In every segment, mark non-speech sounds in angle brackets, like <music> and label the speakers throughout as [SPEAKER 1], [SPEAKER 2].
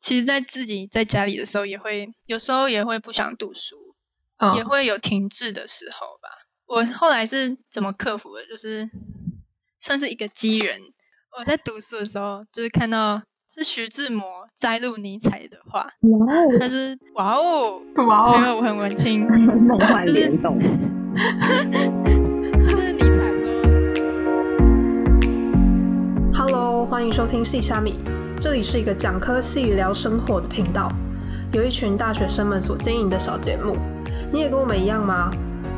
[SPEAKER 1] 其实，在自己在家里的时候，也会有时候也会不想读书，也
[SPEAKER 2] 嗯
[SPEAKER 1] 会有停滞的时候吧。我后来是怎么克服的？就是算是一个机缘。我在读书的时候，就是看到是徐志摩摘录尼采的话，
[SPEAKER 3] 哇
[SPEAKER 1] 他是哇哦，
[SPEAKER 2] 嗯， <laughs> 哇
[SPEAKER 1] 没
[SPEAKER 2] 哦，
[SPEAKER 1] 有我很文青，
[SPEAKER 3] 哦，梦幻联动。
[SPEAKER 1] 就是尼采说。
[SPEAKER 2] Hello，欢迎收听细虾米，这里是一个讲科系聊生活的频道，由一群大学生们所经营的小节目。你也跟我们一样吗？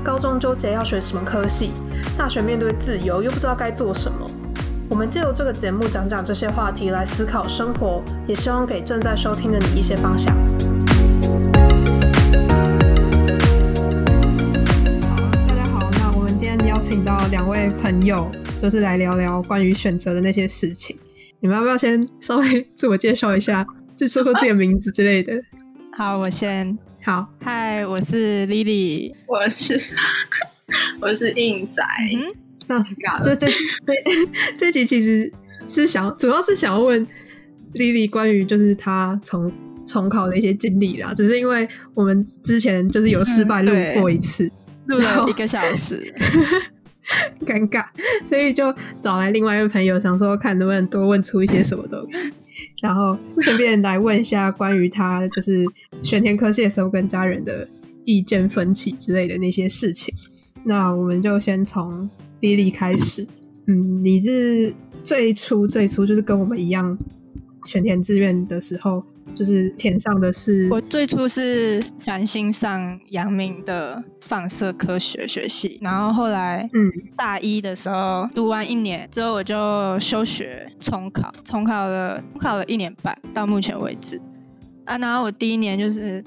[SPEAKER 2] 高中纠结要选什么科系，大学面对自由又不知道该做什么。我们借由这个节目讲讲这些话题来思考生活，也希望给正在收听的你一些方向。大家好，那我们今天邀请到两位朋友，就是来聊聊关于选择的那些事情。你们要不要先稍微自我介绍一下，就说说自己的名字之
[SPEAKER 1] <laughs>
[SPEAKER 2] 类的？
[SPEAKER 1] 好，我先。
[SPEAKER 2] 好，
[SPEAKER 1] 嗨，我是 Lily。
[SPEAKER 3] <laughs> 我是我是硬仔，
[SPEAKER 1] 嗯，
[SPEAKER 2] 那就这 <laughs> 集这这集其实是想主要是想要问 Lily 关于就是她重重考的一些经历啦，只是因为我们之前就是有失败
[SPEAKER 1] 嗯
[SPEAKER 2] 录
[SPEAKER 1] 对
[SPEAKER 2] 过一次，
[SPEAKER 1] 录了一个小时。
[SPEAKER 2] 尴尬， <laughs> 所以就找来另外一位朋友，想说看能不能多问出一些什么东西，然后顺便来问一下关于他就是选填科系的时候跟家人的意见分歧之类的那些事情。那我们就先从 Lily 开始，嗯，你是最初最初就是跟我们一样选填志愿的时候，就是填上的是
[SPEAKER 1] 我最初是繁星上阳明的放射科学学系，然后后来
[SPEAKER 2] 嗯
[SPEAKER 1] 大一的时候读完一年之后，我就休学重考，重考了重考了一年半，到目前为止啊。然后我第一年就是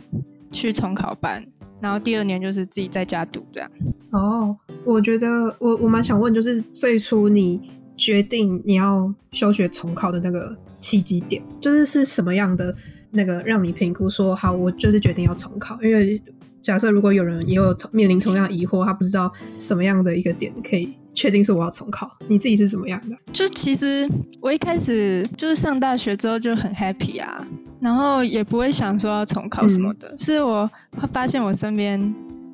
[SPEAKER 1] 去重考班，然后第二年就是自己在家读这样。
[SPEAKER 2] 哦，我觉得我我蛮想问，就是最初你决定你要休学重考的那个契机点，就是是什么样的那个让你评估说好，我就是决定要重考？因为假设如果有人也有同面临同样疑惑，他不知道什么样的一个点可以确定是我要重考，你自己是什么样的？
[SPEAKER 1] 就其实我一开始就是上大学之后就很 happy 啊，然后也不会想说要重考什么
[SPEAKER 2] 嗯
[SPEAKER 1] 的。是我发现我身边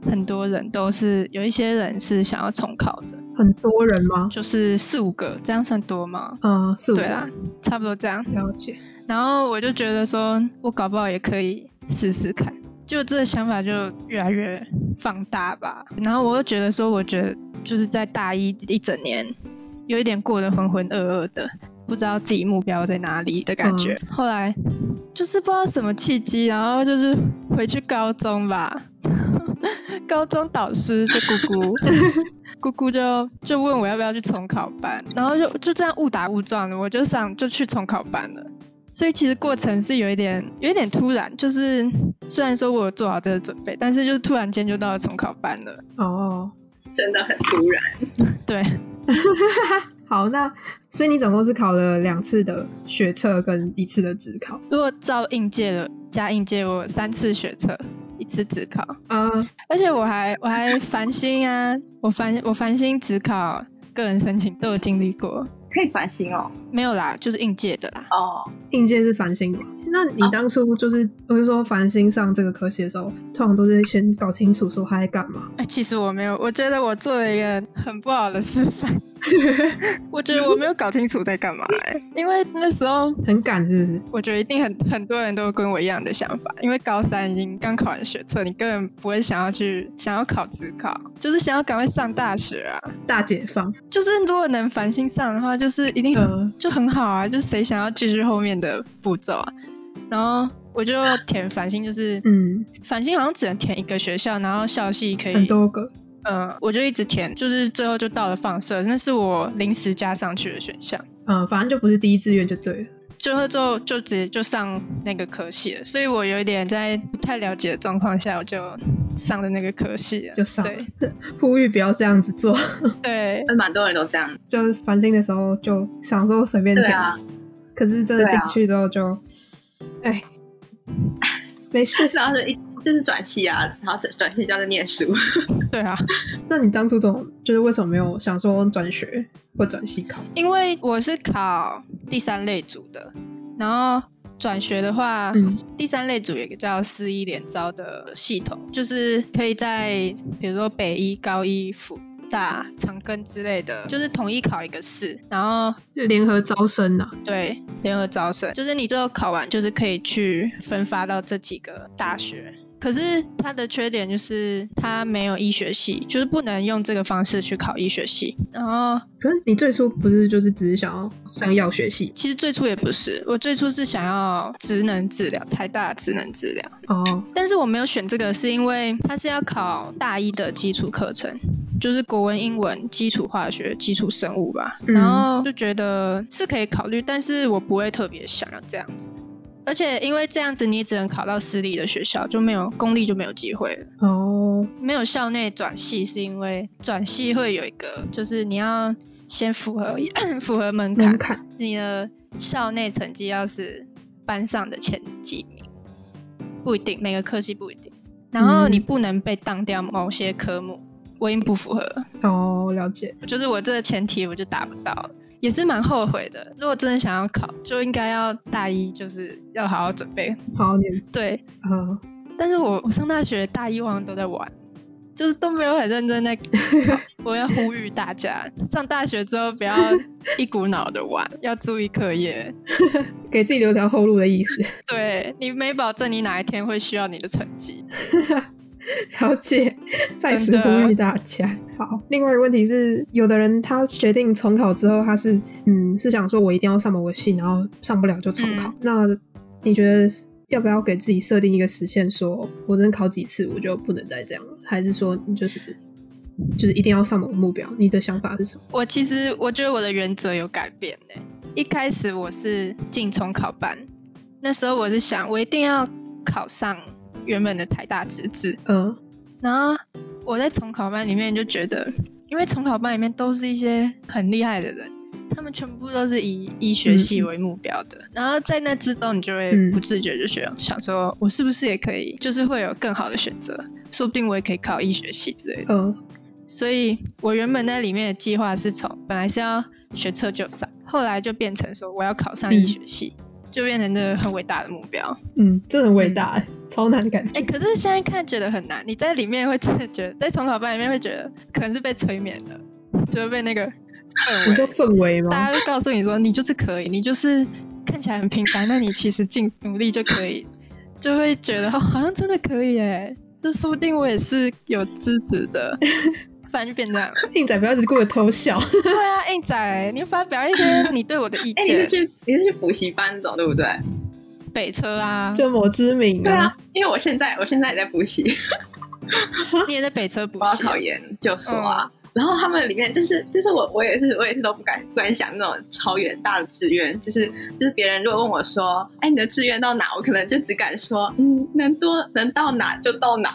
[SPEAKER 1] 很多人都是有一些人是想要重考的，
[SPEAKER 2] 很多人吗？
[SPEAKER 1] 就是四五个，这样算多吗？
[SPEAKER 2] 呃，四五
[SPEAKER 1] 对
[SPEAKER 2] 个
[SPEAKER 1] 啊，差不多这样。
[SPEAKER 2] 了解。
[SPEAKER 1] 然后我就觉得说，我搞不好也可以试试看，就这个想法就越来越放大吧。然后我又觉得说，我觉得就是在大一一整年，有一点过得浑浑噩噩的，不知道自己目标在哪里的感觉。后来就是不知道什么契机，然后就是回去高中吧， <laughs> 高中导师就姑姑。姑姑就就问我要不要去重考班，然后就就这样误打误撞的，我就上就去重考班了。所以其实过程是有一点有一点突然，就是虽然说我有做好这个准备，但是就是突然间就到了重考班了。
[SPEAKER 2] 哦，
[SPEAKER 3] 真的很突然。
[SPEAKER 1] 对，
[SPEAKER 2] 好，那所以你总共是考了两次的学测跟一次的职考。
[SPEAKER 1] 如果照应届的加应届，我有三次学测，一次职考，
[SPEAKER 2] 嗯、
[SPEAKER 1] 而且我还我还繁星啊，我繁我繁星职考、个人申请都有经历过，
[SPEAKER 3] 可以反省哦，
[SPEAKER 1] 没有啦，就是应届的啦。
[SPEAKER 3] 哦，
[SPEAKER 2] 应届是繁星嘛？那你当初就是，我就说繁星上这个科系的时候，通常都是先搞清楚说他在干嘛。
[SPEAKER 1] <laughs> 哎，其实我没有，我觉得我做了一个 <laughs> 很不好的示范， <laughs> 我觉得我没有搞清楚在干嘛、哎，因为那时候
[SPEAKER 2] 很赶是不是？
[SPEAKER 1] 我觉得一定很很多人都跟我一样的想法，因为高三已经刚考完学测，你根本不会想要去想要考职考，就是想要赶快上大学啊。
[SPEAKER 2] 大解放，
[SPEAKER 1] 就是如果能繁星上的话，就是一定、
[SPEAKER 2] 嗯
[SPEAKER 1] 就很好啊。就是谁想要继续后面的步骤啊？然后我就填繁星，就是
[SPEAKER 2] 嗯，
[SPEAKER 1] 繁星好像只能填一个学校，然后校系可以
[SPEAKER 2] 很多个，
[SPEAKER 1] 呃，我就一直填，就是最后就到了放射，那是我临时加上去的选项。
[SPEAKER 2] 嗯、反正就不是第一志愿就对了。
[SPEAKER 1] 最后就就直接就上那个科系了，所以我有一点在不太了解的状况下，我就上的那个科系了。
[SPEAKER 2] 就上了
[SPEAKER 1] 对
[SPEAKER 2] <laughs> 呼吁不要这样子做，
[SPEAKER 1] 对，
[SPEAKER 3] 哦蛮多人都这样。
[SPEAKER 2] 就是繁星的时候就想说随便
[SPEAKER 3] 对
[SPEAKER 2] 填，
[SPEAKER 3] 啊，
[SPEAKER 2] 可是真的
[SPEAKER 3] 对
[SPEAKER 2] 进
[SPEAKER 3] 啊
[SPEAKER 2] 去之后就，哎、没事。
[SPEAKER 3] 然后就一就是转系啊，然后转系就要在念书。 <laughs>
[SPEAKER 1] 对啊，
[SPEAKER 2] 那你当初怎么就是为什么没有想说转学或转系考？
[SPEAKER 1] 因为我是考第三类组的，然后转学的
[SPEAKER 3] 啊
[SPEAKER 1] 话，
[SPEAKER 2] 嗯
[SPEAKER 1] 第三类组有一个叫四一联招的系统，就是可以在比如说北一、高一、辅大、长庚之类的，就是统一考一个试，然后
[SPEAKER 2] 就联合招生啊呐、
[SPEAKER 1] 对，联合招生，就是你最后考完，就是可以去分发到这几个大学。可是它的缺点就是它没有医学系，就是不能用这个方式去考医学系。然后
[SPEAKER 2] 可是你最初不是就是只是想要上药学系
[SPEAKER 1] 其实最初也不是，我最初是想要职能治疗，台大职能治疗，
[SPEAKER 2] 哦？
[SPEAKER 1] 但是我没有选这个是因为它是要考大一的基础课程。就是国文、英文、基础化学、基础生物吧，
[SPEAKER 2] 嗯
[SPEAKER 1] 然后就觉得是可以考虑，但是我不会特别想要这样子。而且因为这样子，你也只能考到私立的学校，就没有公立就没有机会了。
[SPEAKER 2] 哦，
[SPEAKER 1] 没有校内转系，是因为转系会有一个，就是你要先符合 <coughs> 符合门槛
[SPEAKER 2] 门，槛
[SPEAKER 1] 你的校内成绩要是班上的前几名，不一定每个科系不一定。然后
[SPEAKER 2] 嗯
[SPEAKER 1] 你不能被当掉某些科目，我已经不符合了，
[SPEAKER 2] 哦，了解。
[SPEAKER 1] 就是我这个前提我就达不到了，也是蛮后悔的。如果真的想要考，就应该要大一，就是要好好准备。
[SPEAKER 2] 好，你
[SPEAKER 1] 对，
[SPEAKER 2] 啊、
[SPEAKER 1] 但是我我上大学大一往往都在玩，就是都没有很认真在考。 <laughs> 我要呼吁大家，上大学之后不要一股脑的玩，要注意课业。
[SPEAKER 2] 给自己留条后路的意思。 <laughs>
[SPEAKER 1] 对你没保证你哪一天会需要你的成绩。
[SPEAKER 2] 了解，再次
[SPEAKER 1] 真
[SPEAKER 2] 呼
[SPEAKER 1] 的
[SPEAKER 2] 吁大家。好，另外一个问题是，有的人他决定重考之后，他是嗯是想说我一定要上某个系，然后上不了就重考。那你觉得要不要给自己设定一个时限说我能考几次我就不能再这样了？还是说你就是就是一定要上某个目标？你的想法是什么？
[SPEAKER 1] 我其实我觉得我的原则有改变呢、一开始我是进重考班，那时候我是想我一定要考上原本的台大职志，
[SPEAKER 2] 嗯
[SPEAKER 1] 然后我在重考班里面就觉得，因为重考班里面都是一些很厉害的人，他们全部都是以医学系为目标的。然后在那之中，你就会
[SPEAKER 2] 嗯
[SPEAKER 1] 不自觉就想、想说，我是不是也可以，就是会有更好的选择，说不定我也可以考医学系之类的。
[SPEAKER 2] 嗯
[SPEAKER 1] 所以我原本在里面的计划是从本来是要学车就上，后来就变成说我要考上医学系，就变成这个很伟大的目标。
[SPEAKER 2] 嗯，这很伟大、超难感
[SPEAKER 1] 哎、
[SPEAKER 2] 觉。
[SPEAKER 1] 可是现在看觉得很难，你在里面会真的觉得，在重考班里面会觉得可能是被催眠的，就会被那个
[SPEAKER 2] 你
[SPEAKER 1] 氛
[SPEAKER 2] 说
[SPEAKER 1] 围，
[SPEAKER 2] 氛围吗？
[SPEAKER 1] 大家会告诉你说你就是可以，你就是看起来很平凡，但你其实尽努力就可以，就会觉得、哦、好像真的可以哎，就说不定我也是有资质 <laughs> 的，反正就变这样了。
[SPEAKER 2] 硬仔不要只顾着偷笑。
[SPEAKER 1] 对啊，硬仔，你发表一些你对我的意
[SPEAKER 3] 哎、你是
[SPEAKER 1] 见，
[SPEAKER 3] 去你是去补习班走对不对？
[SPEAKER 1] 北车啊，
[SPEAKER 2] 就某知名
[SPEAKER 3] 对啊，因为我现在我现在也在补习，
[SPEAKER 1] 你也在北车补
[SPEAKER 3] 我要
[SPEAKER 1] 习啊
[SPEAKER 3] 考，研究所啊。然后他们里面就是就是我我也是我也是都不敢不敢想那种超远大的志愿，就是就是别人如果问我说，哎，你的志愿到哪？我可能就只敢说，嗯，能多能到哪就到哪。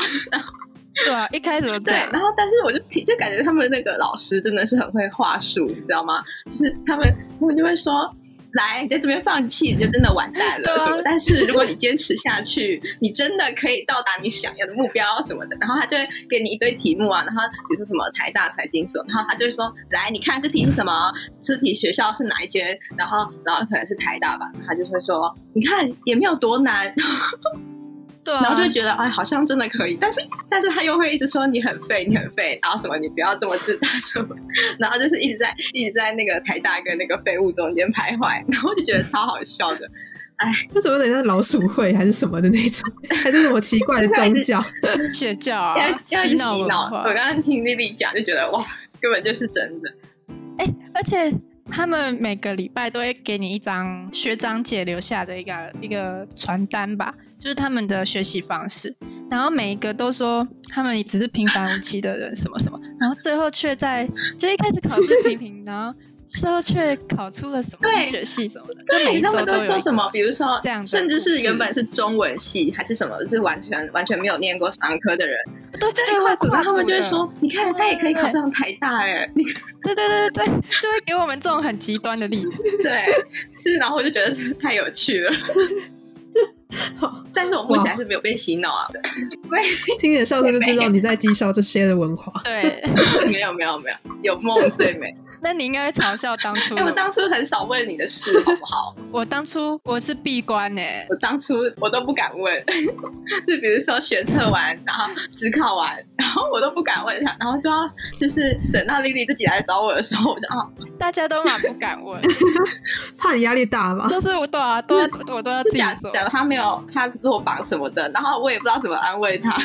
[SPEAKER 1] 对啊，一开始都这
[SPEAKER 3] 对，
[SPEAKER 1] 样
[SPEAKER 3] 然，后但是我就挺就感觉他们那个老师真的是很会话术，你知道吗？就是他们他们就会说。来，你在这边放弃，你就真的完蛋了
[SPEAKER 1] 对啊
[SPEAKER 3] 什么。但是如果你坚持下去，你真的可以到达你想要的目标什么的。然后他就会给你一堆题目啊，然后比如说什么台大财经所，然后他就会说，来，你看这题是什么？这题学校是哪一间？然后，然后可能是台大吧，他就会说，你看也没有多难，
[SPEAKER 1] 对
[SPEAKER 3] 然
[SPEAKER 1] 啊
[SPEAKER 3] 后，就觉得哎，好像真的可以，但是但是他又会一直说你很废，你很废，然后什么你不要这么自大 <laughs> 什么，然后就是一直在一直在那个台大跟那个废物中间徘徊，然后就觉得超好笑的。
[SPEAKER 2] 为什么有点像老鼠会还是什么的那 <laughs> 种，还是什么奇怪的宗 <laughs> 教？
[SPEAKER 1] 邪教 <laughs>
[SPEAKER 3] 要
[SPEAKER 1] 啊，
[SPEAKER 3] 要
[SPEAKER 1] 洗脑
[SPEAKER 3] 洗
[SPEAKER 1] 文
[SPEAKER 3] 脑，
[SPEAKER 1] 化
[SPEAKER 3] 我刚刚听丽丽讲就觉得哇，根本就是真的。
[SPEAKER 1] 而且他们每个礼拜都会给你一张学长姐留下的一个一个传单吧，就是他们的学习方式。然后每一个都说他们只是平凡无奇的人什么什么，然后最后却在就一开始考试平平，然后最后却考出了什么
[SPEAKER 3] 对
[SPEAKER 1] 医学系什么的，就每
[SPEAKER 3] 对，
[SPEAKER 1] 一
[SPEAKER 3] 他
[SPEAKER 1] 周
[SPEAKER 3] 们
[SPEAKER 1] 都
[SPEAKER 3] 都
[SPEAKER 1] 有一
[SPEAKER 3] 会说
[SPEAKER 1] 个
[SPEAKER 3] 什么，比如说
[SPEAKER 1] 这样的
[SPEAKER 3] 甚至
[SPEAKER 1] 故事
[SPEAKER 3] 是原本是中文系还是什么，就是完全完全没有念过商科的人，
[SPEAKER 1] 对对会
[SPEAKER 3] 然
[SPEAKER 1] 跨
[SPEAKER 3] 后他们
[SPEAKER 1] 组
[SPEAKER 3] 就会
[SPEAKER 1] 的
[SPEAKER 3] 说，你看他也可以
[SPEAKER 1] 对对
[SPEAKER 3] 考
[SPEAKER 1] 对
[SPEAKER 3] 上台大哎，你
[SPEAKER 1] 对对对对对，就会给我们这种很极端的
[SPEAKER 3] <laughs>
[SPEAKER 1] 例子。
[SPEAKER 3] 对，就是然后我就觉得是太有趣了。但是是我目前还是没有被洗脑啊，
[SPEAKER 2] 听你的笑声就知道你在讥笑这些的文化。
[SPEAKER 1] 对，
[SPEAKER 3] 没有没有没有，有梦最美。
[SPEAKER 1] <laughs> 那你应该嘲笑当初
[SPEAKER 3] 哎、我当初很少问你的事，好不好？
[SPEAKER 1] 我当初我是闭关呢、欸
[SPEAKER 3] 我当初我都不敢问，就比如说学测完，然后职考完，然后我都不敢问他，然后就要就是等到丽丽自己来找我的时候，我就哦，
[SPEAKER 1] 大家都蛮不敢
[SPEAKER 3] <laughs>
[SPEAKER 1] 问，
[SPEAKER 2] 怕你压力大 <laughs> 吧？
[SPEAKER 1] 都是我都要都要我都要
[SPEAKER 3] 就
[SPEAKER 1] 自己
[SPEAKER 3] 假
[SPEAKER 1] 说。
[SPEAKER 3] 假如他没有他落榜什么的，然后我也不知道怎么安慰他， <laughs>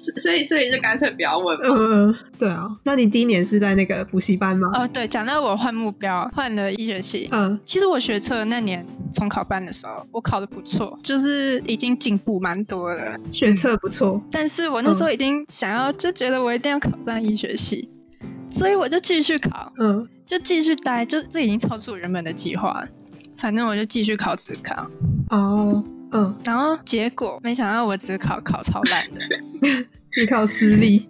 [SPEAKER 3] 所所以所以就干脆不要问吧。
[SPEAKER 1] 嗯
[SPEAKER 2] 呃，对啊。那你第一年是在那个补习班吗？
[SPEAKER 1] 哦，对，讲到我换目标，换了医学系。
[SPEAKER 2] 嗯、
[SPEAKER 1] 其实我学测那年重考班的时候，我考的不错，就是已经进步蛮多了。
[SPEAKER 2] 嗯选测不错。
[SPEAKER 1] 但是我那时
[SPEAKER 3] 嗯
[SPEAKER 1] 候已经想要，就觉得我一定要考上医学系，所以我就继续考，
[SPEAKER 2] 嗯、
[SPEAKER 1] 就继续待，就这已经超出我原本的计划了。反正我就继续考职考，
[SPEAKER 2] 哦，嗯，
[SPEAKER 1] 然后结果没想到我职考考超烂的，
[SPEAKER 2] 自靠实力。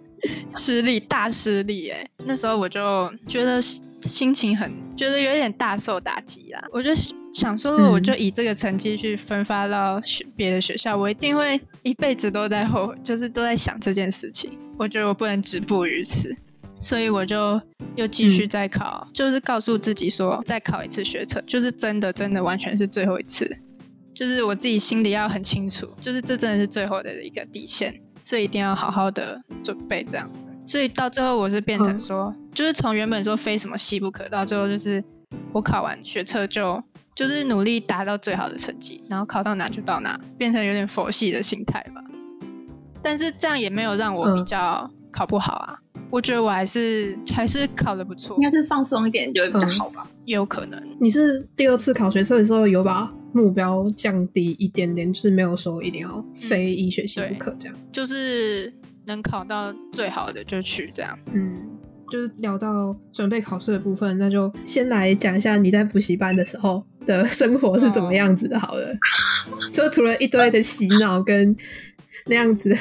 [SPEAKER 1] 失利大失利哎、那时候我就觉得心心情很，觉得有点大受打击啦。我就想说，如果
[SPEAKER 2] 嗯
[SPEAKER 1] 我就以这个成绩去分发到学别的学校，我一定会一辈子都在后，就是都在想这件事情。我觉得我不能止步于此，所以我就又继续再考，就是告诉自己说，再考一次学测，就是真的真的完全是最后一次。就是我自己心里要很清楚，就是这真的是最后的一个底线，所以一定要好好的准备这样子。所以到最后我是变成说，就是从原本说非什么系不可，到最后就是我考完学测就就是努力达到最好的成绩，然后考到哪就到哪，变成有点佛系的心态吧。但是这样也没有让我
[SPEAKER 2] 嗯
[SPEAKER 1] 比较考不好啊，我觉得我还是还是考的不错
[SPEAKER 3] 应，该是放松一点就会比较好吧。
[SPEAKER 1] 也有可能。
[SPEAKER 2] 你是第二次考学测的时候有把目标降低一点点，就是没有说一定要非医学系不可这样。
[SPEAKER 1] 就是能考到最好的就去这样。
[SPEAKER 2] 嗯，就是聊到准备考试的部分，那就先来讲一下你在补习班的时候的生活是
[SPEAKER 1] 哦
[SPEAKER 2] 怎么样子的。好了，就除了一堆的洗脑跟那样子，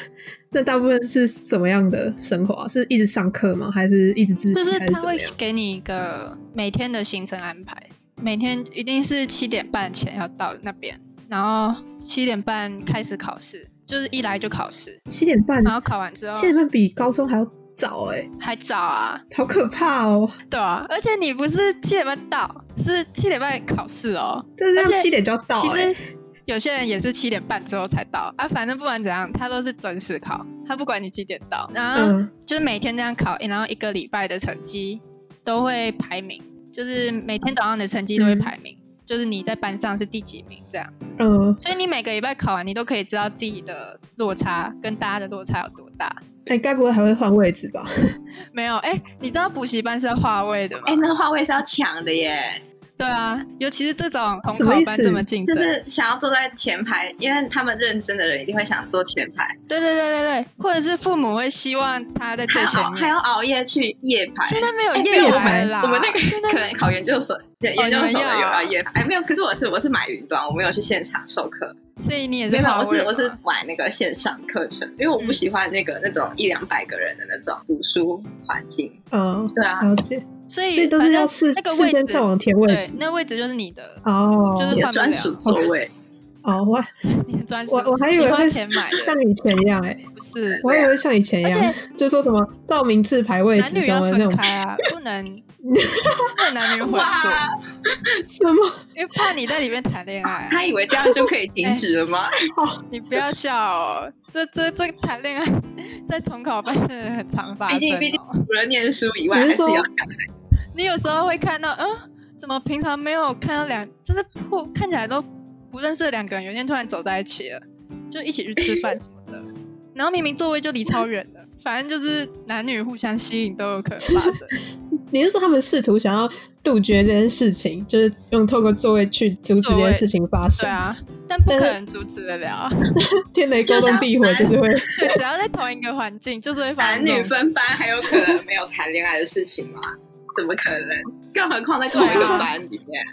[SPEAKER 2] 那大部分是怎么样的生活啊？是一直上课吗？还是一直自
[SPEAKER 1] 就
[SPEAKER 2] 习？
[SPEAKER 1] 是
[SPEAKER 2] 还是
[SPEAKER 1] 他
[SPEAKER 2] 怎么
[SPEAKER 1] 会
[SPEAKER 2] 样？
[SPEAKER 1] 给你一个每天的行程安排，每天一定是七点半前要到那边，然后七点半开始考试，就是一来就考试，
[SPEAKER 2] 七点半，
[SPEAKER 1] 然后考完之后
[SPEAKER 2] 嗯七点半比高中还要早哎、
[SPEAKER 1] 还早啊，
[SPEAKER 2] 好可怕哦！
[SPEAKER 1] 对啊，而且你不是七点半到，是七点半考试哦。
[SPEAKER 2] 但是这样
[SPEAKER 1] 而且
[SPEAKER 2] 七点就要到、欸，
[SPEAKER 1] 其实有些人也是七点半之后才到啊，反正不管怎样，他都是准时考，他不管你几点到，然后
[SPEAKER 2] 嗯
[SPEAKER 1] 就是每天这样考，然后一个礼拜的成绩都会排名，就是每天早上的成绩都会排名，就是你在班上是第几名这样子。
[SPEAKER 2] 嗯，
[SPEAKER 1] 所以你每个礼拜考完，你都可以知道自己的落差跟大家的落差有多大。
[SPEAKER 2] 哎、该不会还会换位置吧？
[SPEAKER 1] 没有，哎、你知道补习班是要划位的吗？
[SPEAKER 3] 哎、那个话位是要抢的耶，
[SPEAKER 1] 对啊，尤其是这种
[SPEAKER 2] 什
[SPEAKER 1] 统
[SPEAKER 2] 么
[SPEAKER 1] 考
[SPEAKER 2] 意
[SPEAKER 1] 班
[SPEAKER 2] 思
[SPEAKER 1] 这么竞
[SPEAKER 3] 就
[SPEAKER 1] 争，
[SPEAKER 3] 是想要坐在前排，因为他们认真的人一定会想坐前排，
[SPEAKER 1] 对对对对对，或者是父母会希望他在最前
[SPEAKER 3] 还要还
[SPEAKER 1] 面。
[SPEAKER 3] 要熬夜去夜排。
[SPEAKER 1] 现在没有
[SPEAKER 2] 哎
[SPEAKER 1] 夜
[SPEAKER 2] 没
[SPEAKER 1] 排
[SPEAKER 2] 有排
[SPEAKER 1] 了啦，
[SPEAKER 3] 我们那个
[SPEAKER 1] 现在
[SPEAKER 3] 可能考研究所，对研究
[SPEAKER 1] 你们
[SPEAKER 3] 所的有
[SPEAKER 1] 要啊
[SPEAKER 3] 要夜排，哎没有，可是我是我是买云端，我没有去现场授课，
[SPEAKER 1] 所以你也
[SPEAKER 3] 没
[SPEAKER 1] 是
[SPEAKER 3] 有，
[SPEAKER 1] 划
[SPEAKER 3] 我
[SPEAKER 1] 位
[SPEAKER 3] 是
[SPEAKER 1] 吗嗯
[SPEAKER 3] 我是买那个线上课程，因为我不喜欢那个、那种一两百个人的那种读书环境。
[SPEAKER 2] 嗯，
[SPEAKER 3] 对啊，
[SPEAKER 2] 了解，
[SPEAKER 1] 所
[SPEAKER 2] 所以
[SPEAKER 1] 以
[SPEAKER 2] 都
[SPEAKER 1] 反
[SPEAKER 2] 是
[SPEAKER 1] 正
[SPEAKER 2] 要事
[SPEAKER 1] 那个
[SPEAKER 2] 事
[SPEAKER 1] 位
[SPEAKER 2] 先
[SPEAKER 1] 置
[SPEAKER 2] 上网填位
[SPEAKER 1] 对
[SPEAKER 2] 置，
[SPEAKER 1] 那位置就是你的，
[SPEAKER 2] 哦，
[SPEAKER 1] 就是
[SPEAKER 3] 你
[SPEAKER 1] 换
[SPEAKER 3] 的
[SPEAKER 1] 不了
[SPEAKER 3] 专属座
[SPEAKER 1] <laughs>
[SPEAKER 3] 位，
[SPEAKER 2] 哦，我还
[SPEAKER 1] 你的专属。
[SPEAKER 2] 我我还以
[SPEAKER 1] 你
[SPEAKER 2] 为
[SPEAKER 1] 花
[SPEAKER 2] 会
[SPEAKER 1] 钱买的，
[SPEAKER 2] 像以前一样哎、
[SPEAKER 1] 不是
[SPEAKER 2] 我还以为会像以前一
[SPEAKER 1] 而
[SPEAKER 2] 样，就说什么照名次排位
[SPEAKER 1] 男
[SPEAKER 2] 置
[SPEAKER 1] 女
[SPEAKER 2] 什
[SPEAKER 1] 要
[SPEAKER 2] 么那
[SPEAKER 1] 分
[SPEAKER 2] 种
[SPEAKER 1] 开啊，不
[SPEAKER 2] <laughs>
[SPEAKER 1] 能不能男女混坐，
[SPEAKER 3] 哇
[SPEAKER 2] 什么，
[SPEAKER 1] 因为怕你在里面谈恋爱啊、
[SPEAKER 3] 他以为这样就可以停止了
[SPEAKER 1] <laughs>
[SPEAKER 3] 吗？
[SPEAKER 1] 你不要笑哦，这这这谈恋爱 <laughs> 在重考班真的很常发生、哦。
[SPEAKER 3] 毕竟毕竟除了念书以外，
[SPEAKER 2] 你
[SPEAKER 3] 还
[SPEAKER 2] 是
[SPEAKER 3] 是
[SPEAKER 2] 说
[SPEAKER 3] 要看
[SPEAKER 1] 你有时候会看到，嗯，怎么平常没有看到两，就是不看起来都不认识的两个人，有一天突然走在一起了，就一起去吃饭什么的，然后明明座位就离超远的，反正就是男女互相吸引都有可能发生。
[SPEAKER 2] 你是说他们试图想要杜绝这件事情，就是用透过座位去阻止这件事情发
[SPEAKER 1] 对
[SPEAKER 2] 生？
[SPEAKER 1] 啊，但不可
[SPEAKER 2] 但是
[SPEAKER 1] 能阻止得了。 <laughs>
[SPEAKER 2] 天雷勾动地火，就是会
[SPEAKER 1] 对，只要在同一个环境，就是会发
[SPEAKER 3] 男
[SPEAKER 1] 生这
[SPEAKER 3] 女
[SPEAKER 1] 种事
[SPEAKER 3] 分班，还有可能没有谈恋爱的事情吗？ <laughs> 怎么可能？更何况在同一
[SPEAKER 1] 对
[SPEAKER 3] 个
[SPEAKER 1] 啊
[SPEAKER 3] 班里面，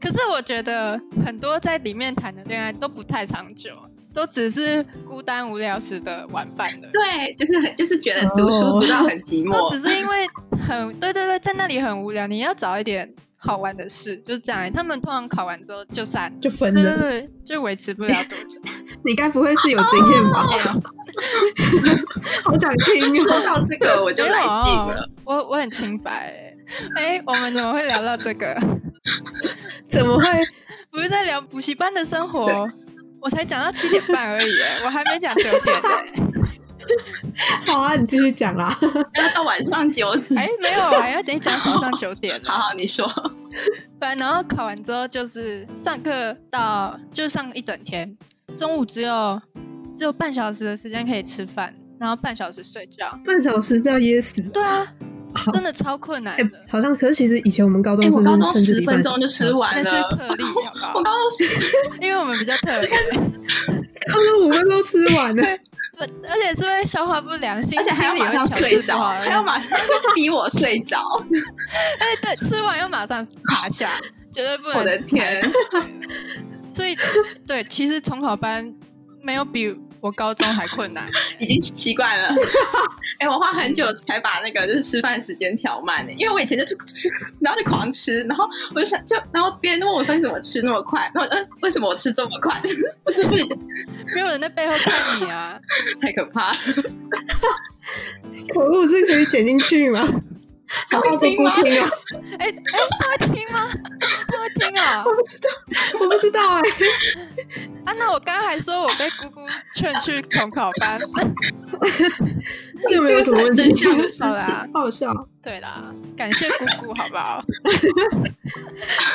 [SPEAKER 1] 可是我觉得很多在里面谈的恋爱都不太长久，都只是孤单无聊时的玩伴
[SPEAKER 3] <laughs>
[SPEAKER 1] 的。
[SPEAKER 3] 对，就是很就是觉得读
[SPEAKER 2] 哦
[SPEAKER 3] 书读到很寂
[SPEAKER 1] 都
[SPEAKER 3] 寞
[SPEAKER 1] 只，是因为很对对对，在那里很无聊，你要找一点好玩的事，就是这样欸。他们通常考完之后就散，
[SPEAKER 2] 就分
[SPEAKER 1] 对对
[SPEAKER 2] 了。
[SPEAKER 3] <laughs>
[SPEAKER 1] 对，就维持不了多久。哦
[SPEAKER 2] 你该不会是有经验吧？好想听
[SPEAKER 3] 说
[SPEAKER 2] 哦！ <laughs>
[SPEAKER 3] 到这个我就
[SPEAKER 1] 没有
[SPEAKER 3] 来劲 <laughs> 了，
[SPEAKER 1] 我我很清白 <laughs> 欸。哎、我们怎么会聊到这个？
[SPEAKER 2] 怎么会？
[SPEAKER 1] 不是在聊补习班的生活，我才讲到七点半而已 <laughs> 欸，我还没讲九
[SPEAKER 3] <laughs>
[SPEAKER 1] 点欸。
[SPEAKER 2] 好啊，你继续讲啦。
[SPEAKER 3] 要到晚上九点。
[SPEAKER 1] 哎、没有，还要得讲早上九点呢。
[SPEAKER 3] 好好，你说。
[SPEAKER 1] 反正然后考完之后就是上课到就上一整天，中午只有只有半小时的时间可以吃饭，然后半小时睡觉。
[SPEAKER 2] 半小时就要噎死了。
[SPEAKER 1] 对啊，
[SPEAKER 2] 好
[SPEAKER 1] 真的超困难
[SPEAKER 2] 哎、
[SPEAKER 1] 的，
[SPEAKER 2] 好像可是其实以前我们高中
[SPEAKER 3] 哎
[SPEAKER 2] 是
[SPEAKER 3] 我
[SPEAKER 2] 不是
[SPEAKER 3] 高中
[SPEAKER 2] 甚至
[SPEAKER 3] 十
[SPEAKER 2] 比半
[SPEAKER 3] 分
[SPEAKER 2] 小
[SPEAKER 3] 钟
[SPEAKER 2] 时
[SPEAKER 3] 就吃完
[SPEAKER 1] 那
[SPEAKER 3] 了，
[SPEAKER 1] 是特例，好
[SPEAKER 3] 我
[SPEAKER 1] 不好？
[SPEAKER 3] 高中十
[SPEAKER 1] 因为我们比较
[SPEAKER 3] <laughs>
[SPEAKER 1] 特例，
[SPEAKER 2] 刚刚五分钟吃完了，
[SPEAKER 1] 不而且是会消化不良，心
[SPEAKER 3] 而且还
[SPEAKER 1] 心
[SPEAKER 3] 要
[SPEAKER 1] 理
[SPEAKER 3] 马
[SPEAKER 1] 会
[SPEAKER 3] 上
[SPEAKER 1] 调
[SPEAKER 3] 睡
[SPEAKER 1] 试不
[SPEAKER 3] 着，
[SPEAKER 1] 好。
[SPEAKER 3] 还要马上就逼我睡着。
[SPEAKER 1] 哎，对，吃完又马上趴下，绝对不能。
[SPEAKER 3] 我的天，
[SPEAKER 1] 所 <laughs> 以，对，其实重考班没有比我高中还困 <laughs> 难。
[SPEAKER 3] 已经习惯了。 <laughs> 哎、我花很久才把那个就是吃饭时间调慢的、欸因为我以前就是吃，然后就狂吃，然后我就想就，然后别人都问我说你怎么吃那么快，然后嗯、呃为什么我吃这么快， <laughs> 我是不是
[SPEAKER 1] 没有人在背后看你啊！
[SPEAKER 3] 太可怕了？
[SPEAKER 2] 可恶，这可以剪进去吗？好好姑姑听啊，
[SPEAKER 1] 哎哎，他会听吗？他会听啊、
[SPEAKER 2] 我不知道，我不知道
[SPEAKER 1] 啊，
[SPEAKER 2] 哎、
[SPEAKER 1] 那我刚刚还说我被姑姑劝去重考 <laughs> 班，
[SPEAKER 2] 这没有什么问题
[SPEAKER 3] 这个，是很正向 <laughs> 的事情
[SPEAKER 1] 好啦，
[SPEAKER 2] 好笑。
[SPEAKER 1] 对啦，感谢姑姑，好不好？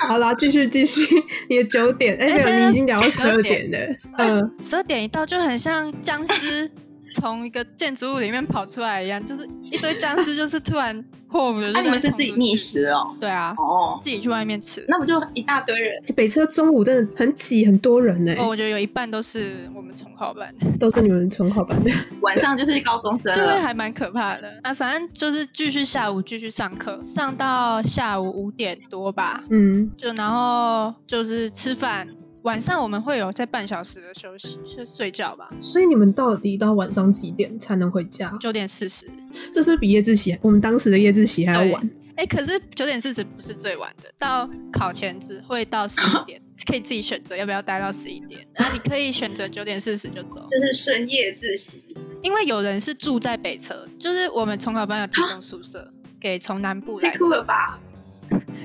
[SPEAKER 2] 好啦，继续继续，你的九点，哎、
[SPEAKER 1] 哎现
[SPEAKER 2] 没有，
[SPEAKER 1] 在
[SPEAKER 2] 你已经聊到十
[SPEAKER 1] 12
[SPEAKER 2] 二点了，嗯，
[SPEAKER 1] 十二点一到，就很像僵 <laughs> 尸从一个建筑物里面跑出来一样，就是一堆僵尸，就是突然轰的。
[SPEAKER 3] 那、啊你们是自己觅？食哦？
[SPEAKER 1] 对啊，
[SPEAKER 3] 哦，
[SPEAKER 1] 自己去外面吃。
[SPEAKER 3] 那不就一大堆人？
[SPEAKER 2] 北车中午真的很挤，很多人呢、
[SPEAKER 1] 哦，我觉得有一半都是我们重考班，
[SPEAKER 2] 都是你们重考班的，
[SPEAKER 3] 晚上就是高中生
[SPEAKER 1] 这个
[SPEAKER 2] 啊
[SPEAKER 3] 了，
[SPEAKER 1] 还蛮可怕的啊。反正就是继续下午继续上课，上到下午五点多吧，
[SPEAKER 2] 嗯，
[SPEAKER 1] 就然后就是吃饭。晚上我们会有在半小时的休息，是睡觉吧，
[SPEAKER 2] 所以你们到底到晚上几点才能回家？
[SPEAKER 1] 九点四十。
[SPEAKER 2] 这是比夜自习，我们当时的夜自习还要晚，
[SPEAKER 1] 哎，可是九点四十不是最晚的，到考前只会到十一 <laughs> 点，可以自己选择要不要待到十一点。然后你可以选择九点四十就走，
[SPEAKER 3] 就是深夜自习。
[SPEAKER 1] 因为有人是住在北车，就是我们重考班有提供宿舍给从南部来
[SPEAKER 3] 太
[SPEAKER 1] 的
[SPEAKER 3] 酷了吧！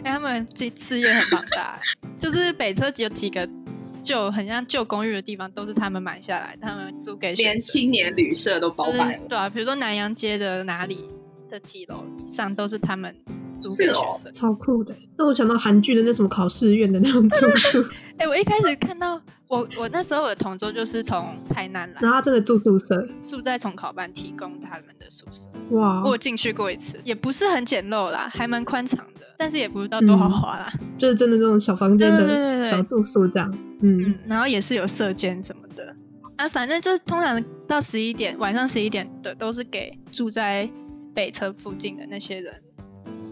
[SPEAKER 1] 哎、他们这事业很庞大，就是北车有几个旧很像旧公寓的地方，都是他们买下来，他们租给学
[SPEAKER 3] 连
[SPEAKER 1] 生。
[SPEAKER 3] 青年旅社都包
[SPEAKER 1] 就是
[SPEAKER 3] 办了，
[SPEAKER 1] 对啊，比如说南洋街的哪里的几楼以上，都是他们租给
[SPEAKER 3] 是
[SPEAKER 1] 学
[SPEAKER 3] 哦
[SPEAKER 1] 生。
[SPEAKER 2] 超酷的。那我想到韩剧的那什么考试院的那种住宿，
[SPEAKER 1] 哎、我一开始看到我我那时候我的同桌就是从台南来，
[SPEAKER 2] 然后他真的住宿舍，
[SPEAKER 1] 住在重考班提供他们的宿舍，
[SPEAKER 2] 哇，
[SPEAKER 1] 我有进去过一次，也不是很简陋啦，还蛮宽敞的，但是也不知道多豪华啦。
[SPEAKER 2] 就是真的这种小房间
[SPEAKER 1] 对对对对
[SPEAKER 2] 的
[SPEAKER 1] 对
[SPEAKER 2] 小住宿这样，嗯
[SPEAKER 1] 嗯，然后也是有射间什么的啊，反正就是通常到十一点，晚上十一点的都是给住在北车附近的那些人，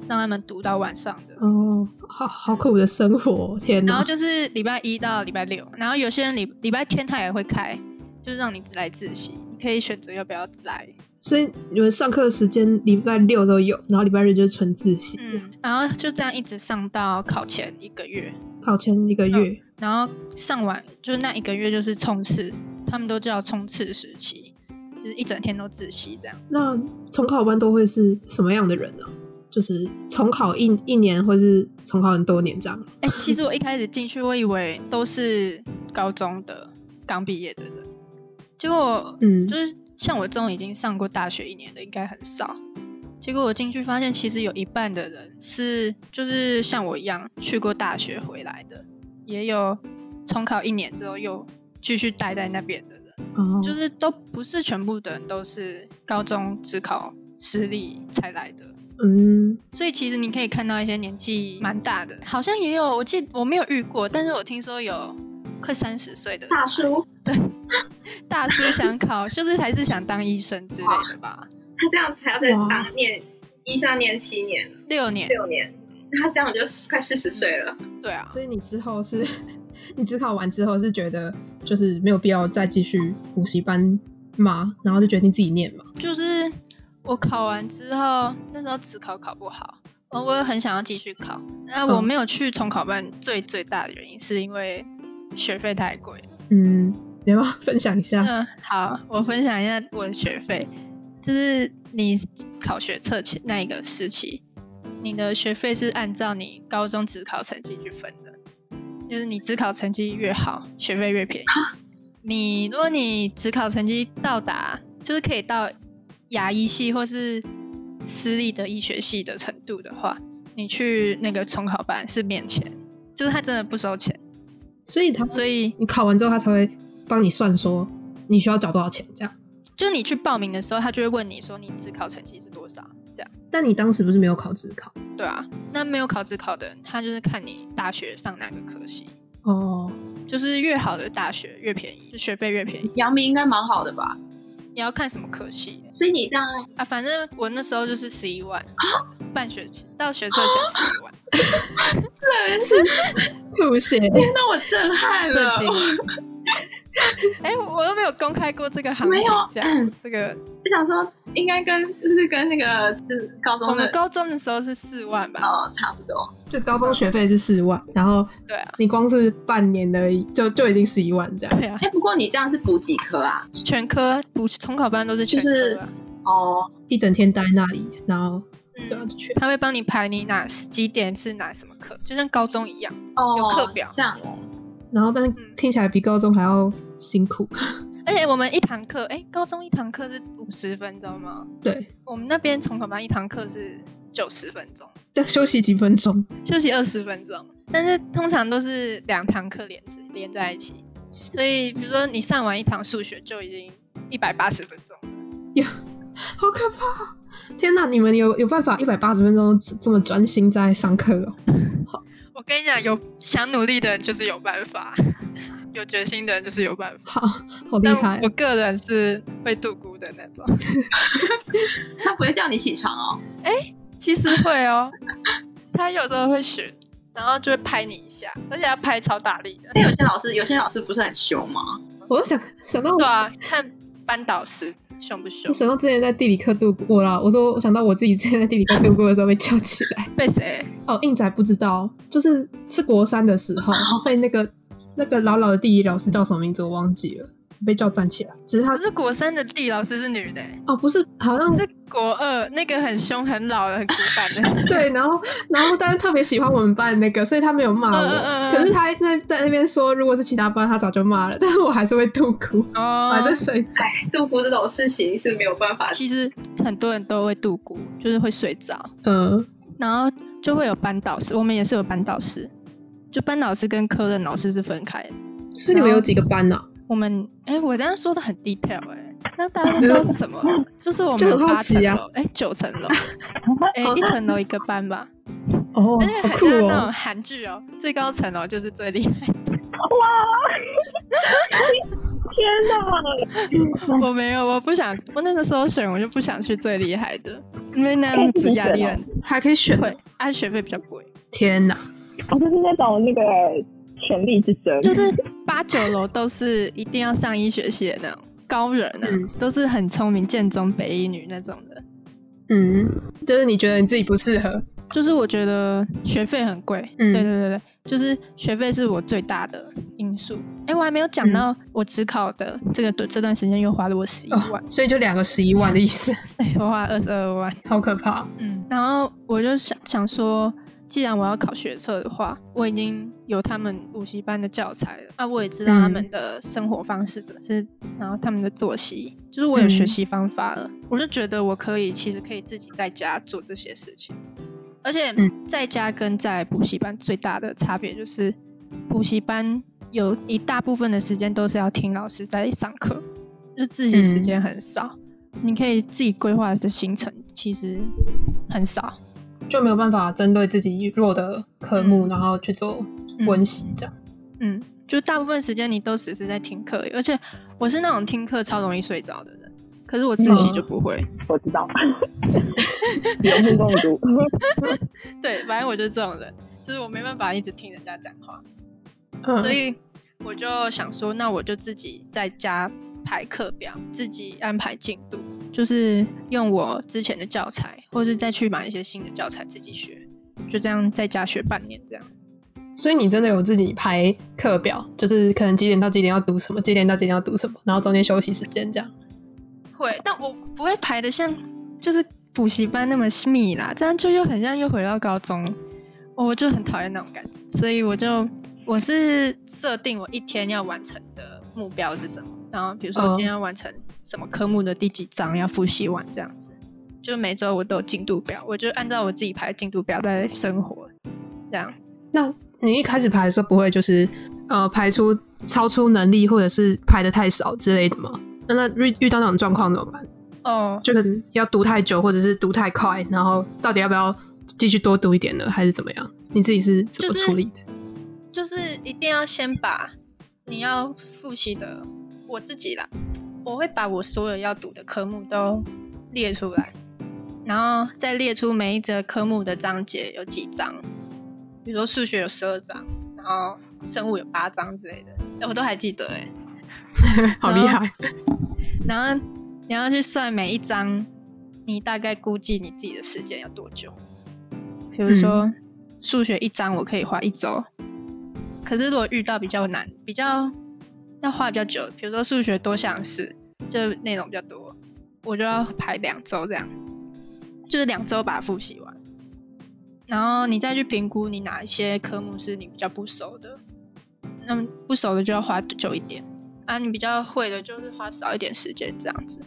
[SPEAKER 1] 让他们读到晚上的。
[SPEAKER 2] 哦，好好苦的生活，天
[SPEAKER 1] 然后
[SPEAKER 2] 哪！
[SPEAKER 1] 就是礼拜一到礼拜六，然后有些人礼礼拜天他也会开，就是让你来自习，你可以选择要不要来。
[SPEAKER 2] 所以你们上课的时间礼拜六都有，然后礼拜日就是纯自习，
[SPEAKER 1] 嗯，然后就这样一直上到考前一个月，
[SPEAKER 2] 考前一个月，
[SPEAKER 1] 然后上完就是那一个月就是冲刺，他们都叫冲刺时期，就是一整天都自习这样。
[SPEAKER 2] 那重考班都会是什么样的人呢、就是重考一一年，或是重考很多年这样。
[SPEAKER 1] 哎、其实我一开始进去，我以为都是高中的刚毕业的人，结果
[SPEAKER 2] 嗯
[SPEAKER 1] 就，是像我这种已经上过大学一年的，应该很少。结果我进去发现，其实有一半的人是就是像我一样去过大学回来的，也有重考一年之后又继续待在那边的人，
[SPEAKER 2] 哦，
[SPEAKER 1] 就是都不是全部的人都是高中只考私立才来的。
[SPEAKER 2] 嗯，
[SPEAKER 1] 所以其实你可以看到一些年纪蛮大的，好像也有，我记我没有遇过，但是我听说有快三十岁的
[SPEAKER 3] 大叔，
[SPEAKER 1] 大叔想考， <laughs> 就是还是想当医生之类的吧。
[SPEAKER 3] 他这样还要再
[SPEAKER 2] 哇
[SPEAKER 3] 当念医生要念七年，
[SPEAKER 1] 六年，
[SPEAKER 3] 六年，那他这样我就快四十岁了。
[SPEAKER 1] 对啊，
[SPEAKER 2] 所以你之后是， <laughs> 你只考完之后是觉得就是没有必要再继续补习班嘛，然后就决定自己念嘛。
[SPEAKER 1] 就是我考完之后，那时候只考考不好，我我也很想要继续考。那我
[SPEAKER 2] 嗯
[SPEAKER 1] 没有去重考班，最最大的原因是因为学费太贵了。
[SPEAKER 2] 嗯，你要不要分享一下？
[SPEAKER 1] 嗯，好，我分享一下我的学费，就是你考学测前那一个时期，你的学费是按照你高中只考成绩去分的，就是你只考成绩越好，学费越便宜。你如果你只考成绩到达，就是可以到牙医系或是私立的医学系的程度的话，你去那个重考班是免钱，就是他真的不收钱，
[SPEAKER 2] 所以他
[SPEAKER 1] 所以
[SPEAKER 2] 你考完之后，他才会帮你算说你需要缴多少钱这样。
[SPEAKER 1] 就你去报名的时候，他就会问你说你自考成绩是多少，这样
[SPEAKER 2] 但你当时不是没有考职考
[SPEAKER 1] 对啊。那没有考自考的人，他就是看你大学上哪个科系，
[SPEAKER 2] 哦？
[SPEAKER 1] 就是越好的大学越便宜，就学费越便宜。
[SPEAKER 3] 阳明应该蛮好的吧？
[SPEAKER 1] 也要看什么科系
[SPEAKER 3] 所以你这样
[SPEAKER 1] 啊，反正我那时候就是十一万，
[SPEAKER 3] 啊
[SPEAKER 1] 半学期到学测前十
[SPEAKER 3] <laughs>
[SPEAKER 1] 一万，
[SPEAKER 2] 是吐血，
[SPEAKER 3] 那我震撼了
[SPEAKER 1] 震，惊。 <laughs> 哎、我都没有公开过这个行
[SPEAKER 3] 没
[SPEAKER 1] 情
[SPEAKER 3] 有啊
[SPEAKER 1] 价，这个
[SPEAKER 3] 我想说应该跟就是跟那哦个就是高
[SPEAKER 1] 我
[SPEAKER 3] 中的
[SPEAKER 1] 们高中的时候是四万吧？
[SPEAKER 3] 哦差不多，
[SPEAKER 2] 就高中学费是四万，然后
[SPEAKER 1] 对啊，
[SPEAKER 2] 你光是半年而已，就就已经十一万这样。
[SPEAKER 1] 对啊，
[SPEAKER 3] 哎、不过你这样是补几科啊？
[SPEAKER 1] 全科补重考班都是全
[SPEAKER 3] 就是
[SPEAKER 1] 科、啊，
[SPEAKER 3] 哦，
[SPEAKER 2] 一整天待在那里，然后啊就要
[SPEAKER 1] 嗯，
[SPEAKER 2] 去。
[SPEAKER 1] 他会帮你排你哪几点是哪什么课，就像高中一样。
[SPEAKER 3] 哦，
[SPEAKER 1] 有课表
[SPEAKER 3] 这样哦，
[SPEAKER 2] 然后但是
[SPEAKER 1] 嗯
[SPEAKER 2] 听起来比高中还要辛苦。 <laughs>
[SPEAKER 1] 而且我们一堂课，哎、高中一堂课是五十分钟吗？
[SPEAKER 2] 对，
[SPEAKER 1] 我们那边重考班一堂课是九十分钟，
[SPEAKER 2] 要休息几分钟， <laughs>
[SPEAKER 1] 休息二十分钟，但是通常都是两堂课连着连在一起，所以比如说你上完一堂数学就已经一百八十分钟，
[SPEAKER 2] 好可怕！天哪，你们有有办法一百八十分钟这这么专心在上课哦？ <laughs>
[SPEAKER 1] 我跟你讲，有想努力的人就是有办法， <laughs> 有决心的人就是有办法。
[SPEAKER 2] 好好厉
[SPEAKER 1] 但
[SPEAKER 2] 害哦
[SPEAKER 1] 我！个人是会度孤的那种，
[SPEAKER 3] 他不会叫你起床哦，
[SPEAKER 1] 其实会哦，
[SPEAKER 2] <laughs>
[SPEAKER 1] 他有时候会选，然后就会拍你一下，而且他拍超大力的。
[SPEAKER 3] 哎但有些老师有些老师不是很凶吗？
[SPEAKER 2] 我又想想到我
[SPEAKER 1] 对啊，看班导师凶不凶
[SPEAKER 2] 我，想到之前在地理课度过啦，我说我想到我自己之前在地理课度过的时候被叫起来。 <laughs>
[SPEAKER 1] 被谁？
[SPEAKER 2] 哦，印仔不知道，就是是国三的时
[SPEAKER 1] 哦
[SPEAKER 2] 候被那个那个老老的地理老师叫什么名字我忘记了，被叫站起来。只是他
[SPEAKER 1] 不是国三的地老师是女的、欸
[SPEAKER 2] 哦不是，好像
[SPEAKER 1] 是国二那个很凶、很老的、很古板的。
[SPEAKER 2] <laughs> 对，然后然后但是特别喜欢我们班那个，所以他没有骂我。
[SPEAKER 1] 嗯嗯嗯嗯
[SPEAKER 2] 可是他在在那边说，如果是其他班，他早就骂了，但是我还是会痛哭，我
[SPEAKER 1] 哦
[SPEAKER 2] 还在睡着。
[SPEAKER 3] 度孤这种事情是没有办法
[SPEAKER 1] 其实很多人都会度孤，就是会睡着，
[SPEAKER 2] 嗯，
[SPEAKER 1] 然后就会有班导师，我们也是有班导师，就班导师跟科任老师是分开的。
[SPEAKER 2] 所以你们有几个班呢、啊？
[SPEAKER 1] 我们哎、我刚刚说的很 detail 哎、那大家都知道是什
[SPEAKER 2] <laughs>
[SPEAKER 1] 么了，就是我
[SPEAKER 2] 就很
[SPEAKER 1] 们
[SPEAKER 2] 好
[SPEAKER 1] 八层
[SPEAKER 2] 奇啊
[SPEAKER 1] 楼，哎、九层
[SPEAKER 2] <laughs>
[SPEAKER 1] 楼，哎、一层楼一个班吧，
[SPEAKER 2] 哦
[SPEAKER 1] 而且，
[SPEAKER 2] 好
[SPEAKER 1] 很
[SPEAKER 2] 酷
[SPEAKER 1] 哎像那种
[SPEAKER 2] 哦！
[SPEAKER 1] 韩剧哦，最高层楼就是最厉
[SPEAKER 2] <laughs>
[SPEAKER 1] 害。
[SPEAKER 3] 天哪！
[SPEAKER 1] 我没有，我不想，我那个时候选我就不想去最厉害的，因为那样子压力很
[SPEAKER 2] 还可以哎选哦
[SPEAKER 1] 会，按、学费比较贵，
[SPEAKER 2] 天哪！
[SPEAKER 4] <laughs> 我就是那种那个权力之争，
[SPEAKER 1] 就是八九楼都是一定要上医学系的那种高人啊，
[SPEAKER 2] 嗯
[SPEAKER 1] 都是很聪明、建中北医女那种的。
[SPEAKER 2] 嗯，就是你觉得你自己不适合，
[SPEAKER 1] 就是我觉得学费很贵，
[SPEAKER 2] 嗯
[SPEAKER 1] 对对对对，就是学费是我最大的因素。哎、我还没有
[SPEAKER 2] 嗯
[SPEAKER 1] 讲到我只考的这个这段时间又花了我十一万 <laughs>
[SPEAKER 2] 哦，，所以就两个十一万的意思， <laughs>
[SPEAKER 1] 哎、我花了二十二万。
[SPEAKER 2] 好可怕。
[SPEAKER 1] 嗯，然后我就想想说，既然我要考学测的话，我已经有他们补习班的教材了，啊，我也知道他们的生活方式怎么是，然后他们的作息，就是我有学习方法了，我就觉得我可以，其实可以自己在家做这些事情，而且
[SPEAKER 2] 嗯
[SPEAKER 1] 在家跟在补习班最大的差别就是，补习班有一大部分的时间都是要听老师在上课，就自己时间很少。你可以自己规划的行程其实很少，
[SPEAKER 2] 就没有办法针对自己弱的科目，
[SPEAKER 1] 嗯
[SPEAKER 2] 然后去做温习这样。
[SPEAKER 1] 嗯，就大部分时间你都只是在听课而已，而且我是那种听课超容易睡着的人，可是我自习就不会。
[SPEAKER 4] 嗯我知
[SPEAKER 1] <laughs>
[SPEAKER 4] 道，有目共睹。
[SPEAKER 1] 对，反正我就是这种人，就是我没办法一直听人家讲话，
[SPEAKER 2] 嗯
[SPEAKER 1] 所以我就想说，那我就自己在家排课表，自己安排进度，就是用我之前的教材，或是再去买一些新的教材自己学，就这样在家学半年这样。
[SPEAKER 2] 所以你真的有自己排课表，就是可能几点到几点要读什么，几点到几点要读什么，然后中间休息时间这样。
[SPEAKER 1] 会，但我不会排的像就是补习班那么密啦，这样就又很像又回到高中，我就很讨厌那种感觉，所以我就我是设定我一天要完成的目标是什么，然后比如说我今天要完成什么科目的第几章要复习完这样子，就每周我都有进度表，我就按照我自己排的进度表在生活，这样
[SPEAKER 2] 那你一开始排的时候不会就是呃排出超出能力或者是排的太少之类的吗？那那遇遇到那种状况怎么办？
[SPEAKER 1] 哦。
[SPEAKER 2] 就可能要读太久或者是读太快，然后到底要不要继续多读一点呢，还是怎么样？你自己是怎么
[SPEAKER 1] 就是
[SPEAKER 2] 处理的？
[SPEAKER 1] 就是一定要先把你要复习的，我自己啦，我会把我所有要读的科目都列出来，然后再列出每一则科目的章节有几章，比如说数学有十二章，然后生物有八章之类的，哎我都还记得哎、
[SPEAKER 2] 好厉害！
[SPEAKER 1] 然后你要去算每一章，你大概估计你自己的时间要多久。比如说、数学一章，我可以花一周。可是如果遇到比较难、比较要花比较久，比如说数学多项式，就内容比较多，我就要排两周这样，就是两周把它复习完。然后你再去评估你哪一些科目是你比较不熟的，那么不熟的就要花久一点。啊，你比较会的，就是花少一点时间这样子。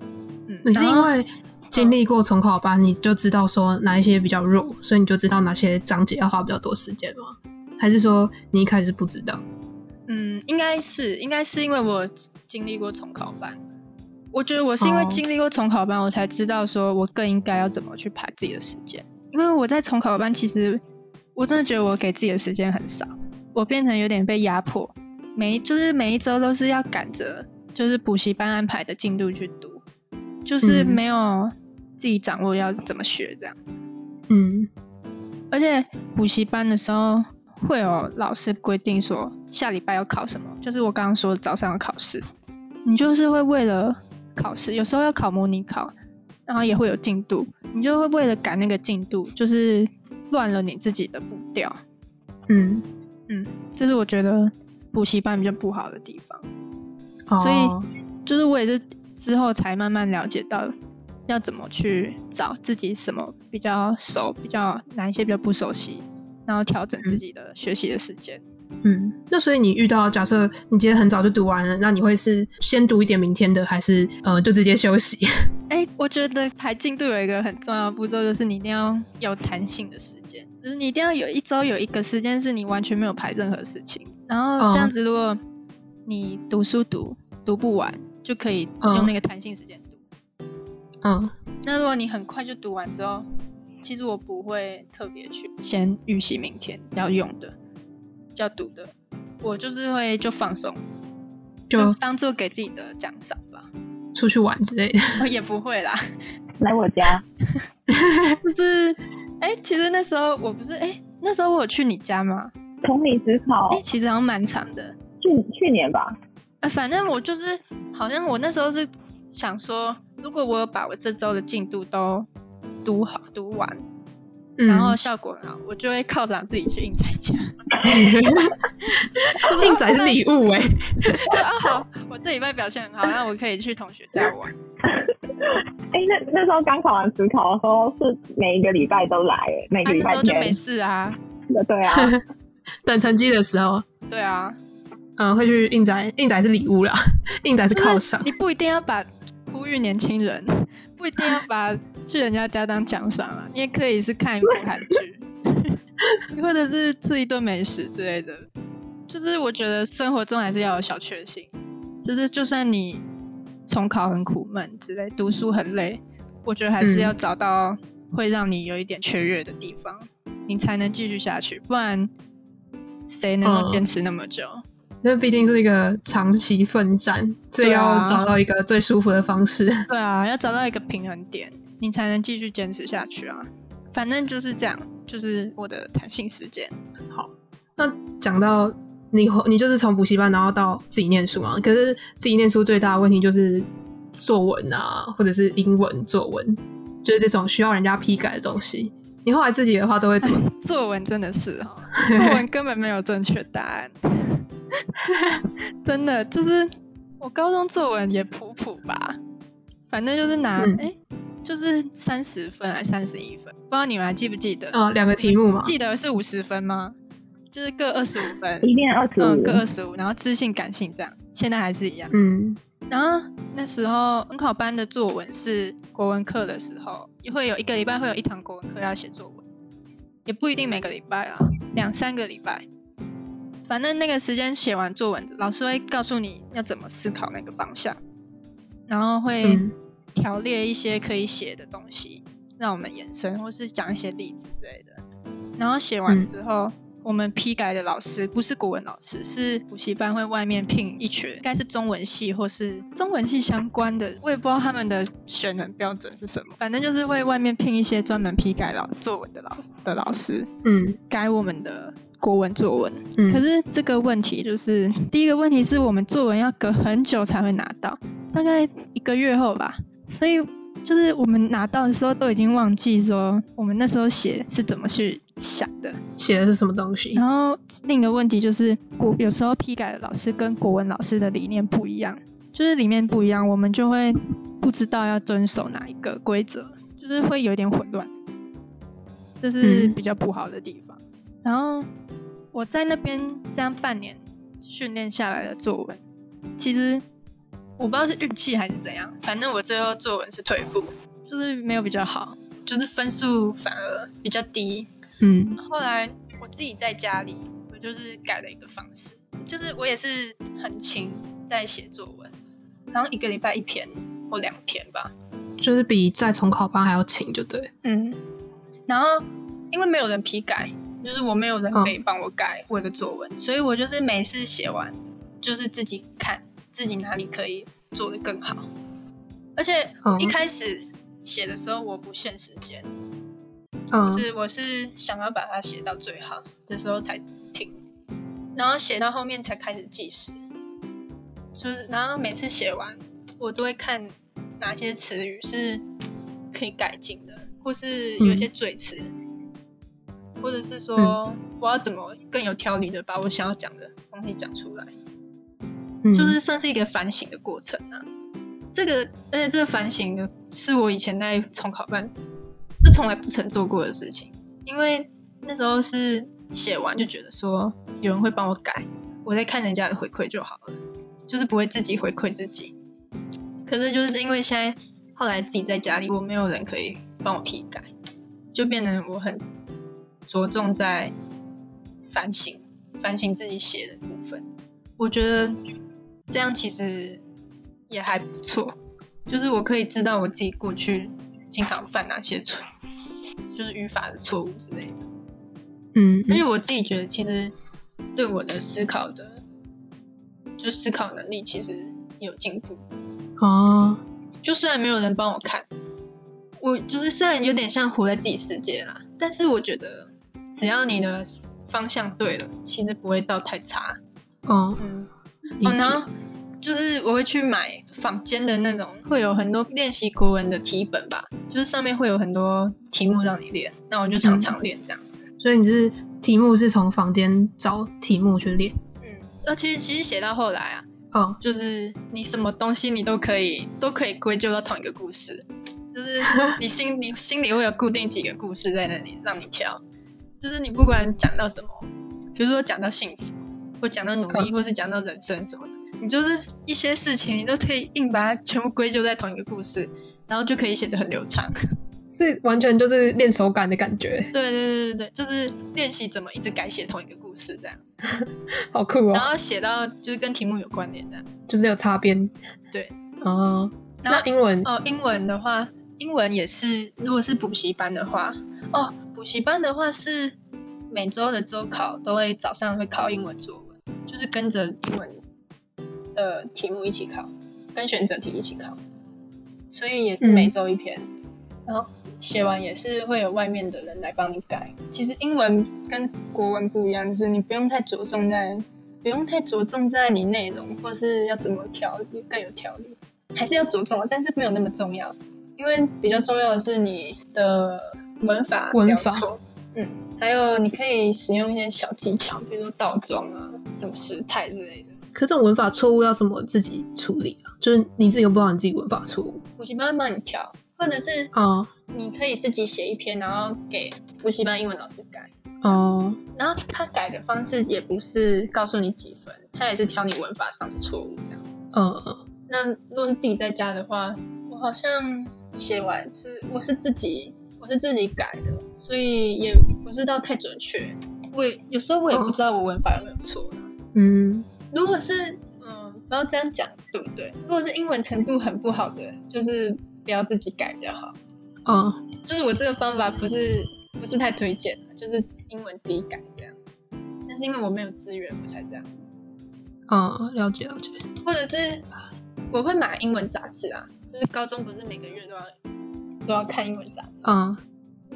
[SPEAKER 1] 嗯，
[SPEAKER 2] 你是
[SPEAKER 1] 然
[SPEAKER 2] 因
[SPEAKER 1] 后
[SPEAKER 2] 为经历过重考班，你就知道说哪一些比较弱，所以你就知道哪些章节要花比较多时间吗？还是说你一开始不知道？
[SPEAKER 1] 嗯，应该是应该是因为我经历过重考班，我觉得我是因为
[SPEAKER 2] 哦
[SPEAKER 1] 经历过重考班，我才知道说我更应该要怎么去排自己的时间。因为我在重考班，其实我真的觉得我给自己的时间很少，我变成有点被压迫，每一就是每一周都是要赶着就是补习班安排的进度去读，就是
[SPEAKER 2] 嗯
[SPEAKER 1] 没有自己掌握要怎么学这样。
[SPEAKER 2] 嗯，
[SPEAKER 1] 而且补习班的时候会有老师规定说下礼拜要考什么，就是我刚刚说早上要考试，你就是会为了考试，有时候要考模拟考，然后也会有进度，你就会为了赶那个进度，就是乱了你自己的步调。
[SPEAKER 2] 嗯，
[SPEAKER 1] 这是我觉得补习班比较不好的地方，
[SPEAKER 2] 哦
[SPEAKER 1] 所以就是我也是之后才慢慢了解到。要怎么去找自己什么比较熟，比较哪一些比较不熟悉，然后调整自己的学习的时间。
[SPEAKER 2] 嗯，那所以你遇到假设你今天很早就读完了，那你会是先读一点明天的，还是呃就直接休息？ <laughs>
[SPEAKER 1] 哎、我觉得排进度有一个很重要的步骤，就是你一定要有弹性的时间，就是你一定要有一周有一个时间是你完全没有排任何事情，然后这样
[SPEAKER 2] 嗯
[SPEAKER 1] 子，如果你读书读读不完，就可以
[SPEAKER 2] 嗯
[SPEAKER 1] 用那个弹性时间读。
[SPEAKER 2] 嗯，
[SPEAKER 1] 那如果你很快就读完之后，其实我不会特别去先预习明天要用的、要读的，我就是会就放松，
[SPEAKER 2] 就
[SPEAKER 1] 当做给自己的奖赏吧。 <laughs>
[SPEAKER 2] 出去玩之类的。
[SPEAKER 1] 我也不会啦。 <laughs>
[SPEAKER 4] 来我家，
[SPEAKER 1] 就是，哎、其实那时候我不是，哎、那时候我有去你家吗？
[SPEAKER 4] 同理思考
[SPEAKER 1] 哎、，其实好像蛮长的。
[SPEAKER 4] 去去年吧，
[SPEAKER 1] 呃，反正我就是，好像我那时候是想说，如果我有把我这周的进度都读好、读完，
[SPEAKER 2] 嗯，
[SPEAKER 1] 然
[SPEAKER 2] <laughs>
[SPEAKER 1] 后效果很好，我就会犒赏自己去应在家。 <laughs>
[SPEAKER 2] <laughs>
[SPEAKER 1] 就是
[SPEAKER 2] 印仔是礼
[SPEAKER 1] <laughs>
[SPEAKER 2] 物哎、
[SPEAKER 1] 对啊，好，我这礼拜表现很好，那我可以去同学家玩。
[SPEAKER 4] 哎，那那时候刚考完职考的时候，是每一个礼拜都来，哎每
[SPEAKER 1] 啊
[SPEAKER 4] 个礼
[SPEAKER 1] 那
[SPEAKER 4] 拜
[SPEAKER 1] 时候就没
[SPEAKER 4] 天，
[SPEAKER 1] 事啊，<laughs>
[SPEAKER 4] 对啊，
[SPEAKER 2] 等成绩的时候，
[SPEAKER 1] 对啊，
[SPEAKER 2] 嗯，会去印仔，印仔是礼物啦， <laughs> 印仔是犒赏。
[SPEAKER 1] 你不一定要把呼吁年轻人， <laughs> 不一定要把去人家家当奖赏啊，你也可以是看一部韩剧， <laughs> 或者是吃一顿美食之类的。就是我觉得生活中还是要有小确幸，就是就算你重考很苦闷之类，读书很累，我觉得还是要找到会让你有一点雀跃的地方，你才能继续下去，不然谁能够
[SPEAKER 2] 嗯
[SPEAKER 1] 坚持那么久？
[SPEAKER 2] 那毕竟是一个长期奋战，所以
[SPEAKER 1] 对啊
[SPEAKER 2] 要找到一个最舒服的方式。 <laughs>
[SPEAKER 1] 对啊，要找到一个平衡点，你才能继续坚持下去啊。反正就是这样，就是我的弹性时间。
[SPEAKER 2] 那讲到你，你就是从补习班，然后到自己念书嘛。可是自己念书最大的问题就是作文啊，或者是英文作文，就是这种需要人家批改的东西。你后来自己的话都会怎么？
[SPEAKER 1] 作文真的是哦，作文根本没有正确答案， <laughs> 真的就是我高中作文也普普吧，反正就是拿哎、
[SPEAKER 2] 嗯
[SPEAKER 1] 诶就是三十分还三十一分，不知道你们还记不记得？
[SPEAKER 2] 哦，两个题目嘛，
[SPEAKER 1] 记得是五十分吗？就是各二十五分，
[SPEAKER 4] 一练二十
[SPEAKER 1] 嗯，
[SPEAKER 4] 五
[SPEAKER 1] 各，二十五，然后知性感性这样，现在还是一样。
[SPEAKER 2] 嗯
[SPEAKER 1] 然后那时候文考班的作文是国文课的时候，也会有一个礼拜会有一堂国文课要写作文，也不一定每个礼拜啊，两三个礼拜。反正那个时间写完作文，老师会告诉你要怎么思考那个方向，然后会
[SPEAKER 2] 嗯
[SPEAKER 1] 条列一些可以写的东西，让我们延伸或是讲一些例子之类的。然后写完
[SPEAKER 2] 嗯
[SPEAKER 1] 之后，我们批改的老师不是国文老师，是补习班会外面聘一群，应该是中文系或是中文系相关的，我也不知道他们的选人标准是什么，反正就是会外面聘一些专门批改老作文的老的老师
[SPEAKER 2] 嗯
[SPEAKER 1] 改我们的国文作文。
[SPEAKER 2] 嗯，
[SPEAKER 1] 可是这个问题就是第一个问题是我们作文要隔很久才会拿到，大概一个月后吧，所以就是我们拿到的时候都已经忘记说我们那时候写是怎么去想的。
[SPEAKER 2] 写的是什么东西？
[SPEAKER 1] 然后另一个问题就是国有时候批改的老师跟国文老师的理念不一样，就是理念不一样，我们就会不知道要遵守哪一个规则，就是会有点混乱，这是
[SPEAKER 2] 嗯
[SPEAKER 1] 比较不好的地方。然后我在那边这样半年训练下来的作文，其实我不知道是运气还是怎样，反正我最后作文是退步，就是没有比较好，就是分数反而比较低，
[SPEAKER 2] 嗯
[SPEAKER 1] 后来我自己在家里，我就是改了一个方式，就是我也是很勤在写作文，然后一个礼拜一篇或两篇吧。
[SPEAKER 2] 就是比在重考班还要勤，就对。
[SPEAKER 1] 嗯，然后因为没有人批改，就是我没有人可以帮我改我的作文，所以我就是每次写完，就是自己看自己哪里可以做得更好。而且
[SPEAKER 2] 嗯
[SPEAKER 1] 一开始写的时候，我不限时间，
[SPEAKER 2] 嗯
[SPEAKER 1] 就是我是想要把它写到最好的时候才停，然后写到后面才开始计时，就是然后每次写完，我都会看哪些词语是可以改进的，或是有一些赘词，或者是说我要怎么更有条理的把我想要讲的东西讲出来。
[SPEAKER 2] 嗯，
[SPEAKER 1] 就是算是一个反省的过程啊。这个，而且这个反省呢，是我以前在重考班就从来不曾做过的事情，因为那时候是写完就觉得说有人会帮我改，我在看人家的回馈就好了，就是不会自己回馈自己。可是就是因为现在后来自己在家里，我没有人可以帮我批改，就变成我很着重在反省，反省自己写的部分。我觉得这样其实也还不错，就是我可以知道我自己过去经常犯哪些错，就是语法的错误之类的。
[SPEAKER 2] 嗯，
[SPEAKER 1] 因
[SPEAKER 2] 嗯
[SPEAKER 1] 为我自己觉得，其实对我的思考的，就思考能力其实有进步。
[SPEAKER 2] 哦，
[SPEAKER 1] 就虽然没有人帮我看，我就是虽然有点像活在自己世界啦，但是我觉得只要你的方向对了，其实不会到太差。
[SPEAKER 2] 哦，
[SPEAKER 1] 嗯，
[SPEAKER 2] 理
[SPEAKER 1] 哦，
[SPEAKER 2] 解
[SPEAKER 1] 然后就是我会去买坊间的那种，会有很多练习国文的题本吧，就是上面会有很多题目让你练，那我就常常练这样子。
[SPEAKER 2] 所以你是题目是从房间找题目去练。
[SPEAKER 1] 嗯，而且其实写到后来啊，
[SPEAKER 2] 哦，
[SPEAKER 1] 就是你什么东西你都可以都可以归咎到同一个故事，就是你心 <laughs> 你心里会有固定几个故事在那里让你挑，就是你不管讲到什么，比如说讲到幸福，或讲到努力，或是讲到人生什么的，你就是一些事情你都可以硬把它全部归咎在同一个故事，然后就可以写得很流畅。 <laughs>
[SPEAKER 2] 是完全就是练手感的感觉，
[SPEAKER 1] 对对对对对，就是练习怎么一直改写同一个故事这样，
[SPEAKER 2] 好酷哦
[SPEAKER 1] 然！后写到就是跟题目有关联的。
[SPEAKER 2] 就是有擦边。
[SPEAKER 1] 对，
[SPEAKER 2] 哦，
[SPEAKER 1] 然后
[SPEAKER 2] 那英文
[SPEAKER 1] 哦，英文的话，英文也是，如果是补习班的话，哦，补习班的话是每周的周考都会早上会考英文作文，就是跟着英文的题目一起考，跟选择题一起考，所以也是每周一篇，然后写完也是会有外面的人来帮你改。其实英文跟国文不一样，就是你不用太着重在。不用太着重在你内容，或是要怎么调理更有条理。还是要着重，但是没有那么重要，因为比较重要的是你的文法
[SPEAKER 2] 文法
[SPEAKER 1] 不要错嗯，还有你可以使用一些小技巧，比如说倒装啊、什么时态之类的。
[SPEAKER 2] 可这种文法错误要怎么自己处理啊？就是你自己又不知道你自己文法错误
[SPEAKER 1] 补习班会帮你调，或者是
[SPEAKER 2] 哦
[SPEAKER 1] 你可以自己写一篇，然后给补习班英文老师改。
[SPEAKER 2] 哦，
[SPEAKER 1] 然后他改的方式也不是告诉你几分，他也是挑你文法上的错误这样。
[SPEAKER 2] 呃，
[SPEAKER 1] 那如果是自己在家的话，我好像写完是我是自己我是自己改的，所以也不知道太准确。我也有时候我也不知道我文法有没有错。
[SPEAKER 2] 嗯，
[SPEAKER 1] 如果是嗯，不要这样讲，对不对？如果是英文程度很不好的，就是不要自己改比较好。
[SPEAKER 2] 哦，
[SPEAKER 1] 就是我这个方法不是不是太推荐，就是英文自己改这样。但是因为我没有资源，我才这样。
[SPEAKER 2] 哦，了解了解，
[SPEAKER 1] 或者是我会买英文杂志啊，就是高中不是每个月都要都要看英文杂志，
[SPEAKER 2] 嗯，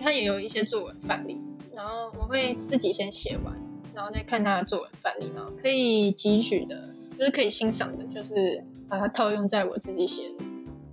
[SPEAKER 1] 它也有一些作文范例，然后我会自己先写完，然后再看它的作文范例，然后可以汲取的，就是可以欣赏的，就是把它套用在我自己写的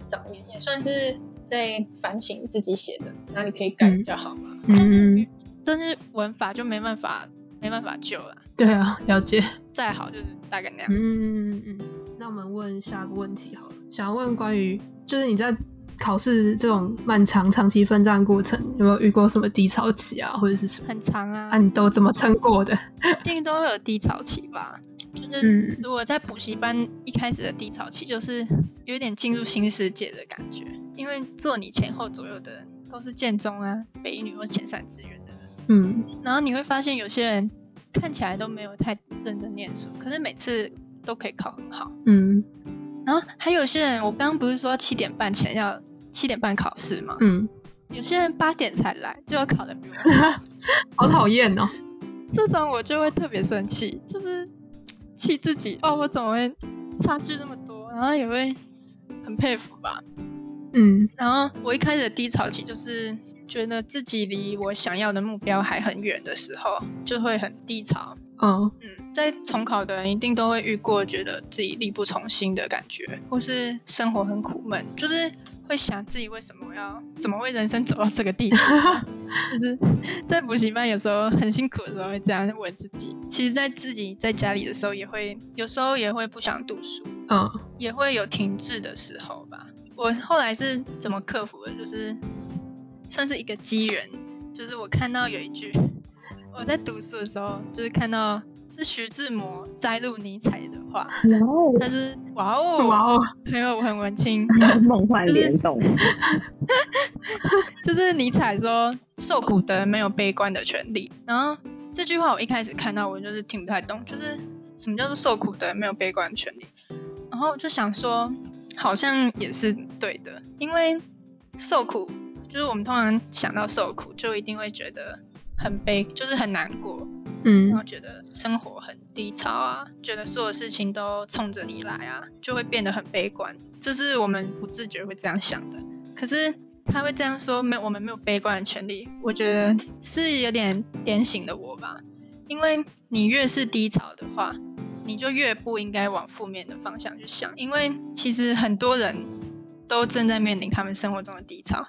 [SPEAKER 1] 上面，也算是在反省自己写的，哪里可以改比较好嘛。
[SPEAKER 2] 嗯
[SPEAKER 1] 但是
[SPEAKER 2] 嗯
[SPEAKER 1] 但是文法就没办法没办法救了，
[SPEAKER 2] 对啊，了解，
[SPEAKER 1] 再好就是大概那样。
[SPEAKER 2] 嗯嗯嗯嗯。那我们问下个问题好了，想要问关于就是你在考试这种漫长长期奋战过程，有没有遇过什么低潮期啊，或者是什么？
[SPEAKER 1] 很长啊
[SPEAKER 2] 啊，你都怎么撑过的？
[SPEAKER 1] 一定都会有低潮期吧。就是
[SPEAKER 2] 嗯
[SPEAKER 1] 如果在补习班一开始的低潮期，就是有点进入新世界的感觉，因为坐你前后左右的人都是建中啊、北一女或前三志愿的人，
[SPEAKER 2] 嗯
[SPEAKER 1] 然后你会发现有些人看起来都没有太认真念书，可是每次都可以考很好。
[SPEAKER 2] 嗯
[SPEAKER 1] 然后还有些人，我刚刚不是说七点半前要七点半考试吗？
[SPEAKER 2] 嗯，
[SPEAKER 1] 有些人八点才来，就要考的比我好。
[SPEAKER 2] 好讨厌哦。
[SPEAKER 1] 这种我就会特别生气，就是气自己哦，我怎么会差距那么多？然后也会很佩服吧。
[SPEAKER 2] 嗯
[SPEAKER 1] 然后我一开始的低潮期就是觉得自己离我想要的目标还很远的时候，就会很低潮。
[SPEAKER 2] 哦
[SPEAKER 1] 嗯，在重考的人一定都会遇过，觉得自己力不从心的感觉，或是生活很苦闷，就是会想自己为什么要，怎么会人生走到这个地步？啊就是在补习班有时候很辛苦的时候会这样问自己，其实，在自己在家里的时候也会，有时候也会不想读书，
[SPEAKER 2] 哦
[SPEAKER 1] 也会有停滞的时候吧。我后来是怎么克服的？就是算是一个机缘，就是我看到有一句，我在读书的时候，就是看到是徐志摩摘录尼采的话，
[SPEAKER 4] 然后
[SPEAKER 1] 他就是哇哦，
[SPEAKER 2] 哇哦，
[SPEAKER 1] 朋友我很文青，
[SPEAKER 4] 梦幻联动，
[SPEAKER 1] 就是尼采说受苦的人没有悲观的权利。然后这句话我一开始看到我就是听不太懂，就是什么叫做受苦的人没有悲观的权利？然后我就想说，好像也是对的，因为受苦就是我们通常想到受苦就一定会觉得很悲，就是很难过，然
[SPEAKER 2] 嗯
[SPEAKER 1] 后觉得生活很低潮啊，觉得所有事情都冲着你来啊，就会变得很悲观。这是我们不自觉会这样想的。可是他会这样说，没有我们没有悲观的权利，我觉得是有点点醒了我吧。因为你越是低潮的话，你就越不应该往负面的方向去想，因为其实很多人都正在面临他们生活中的低潮。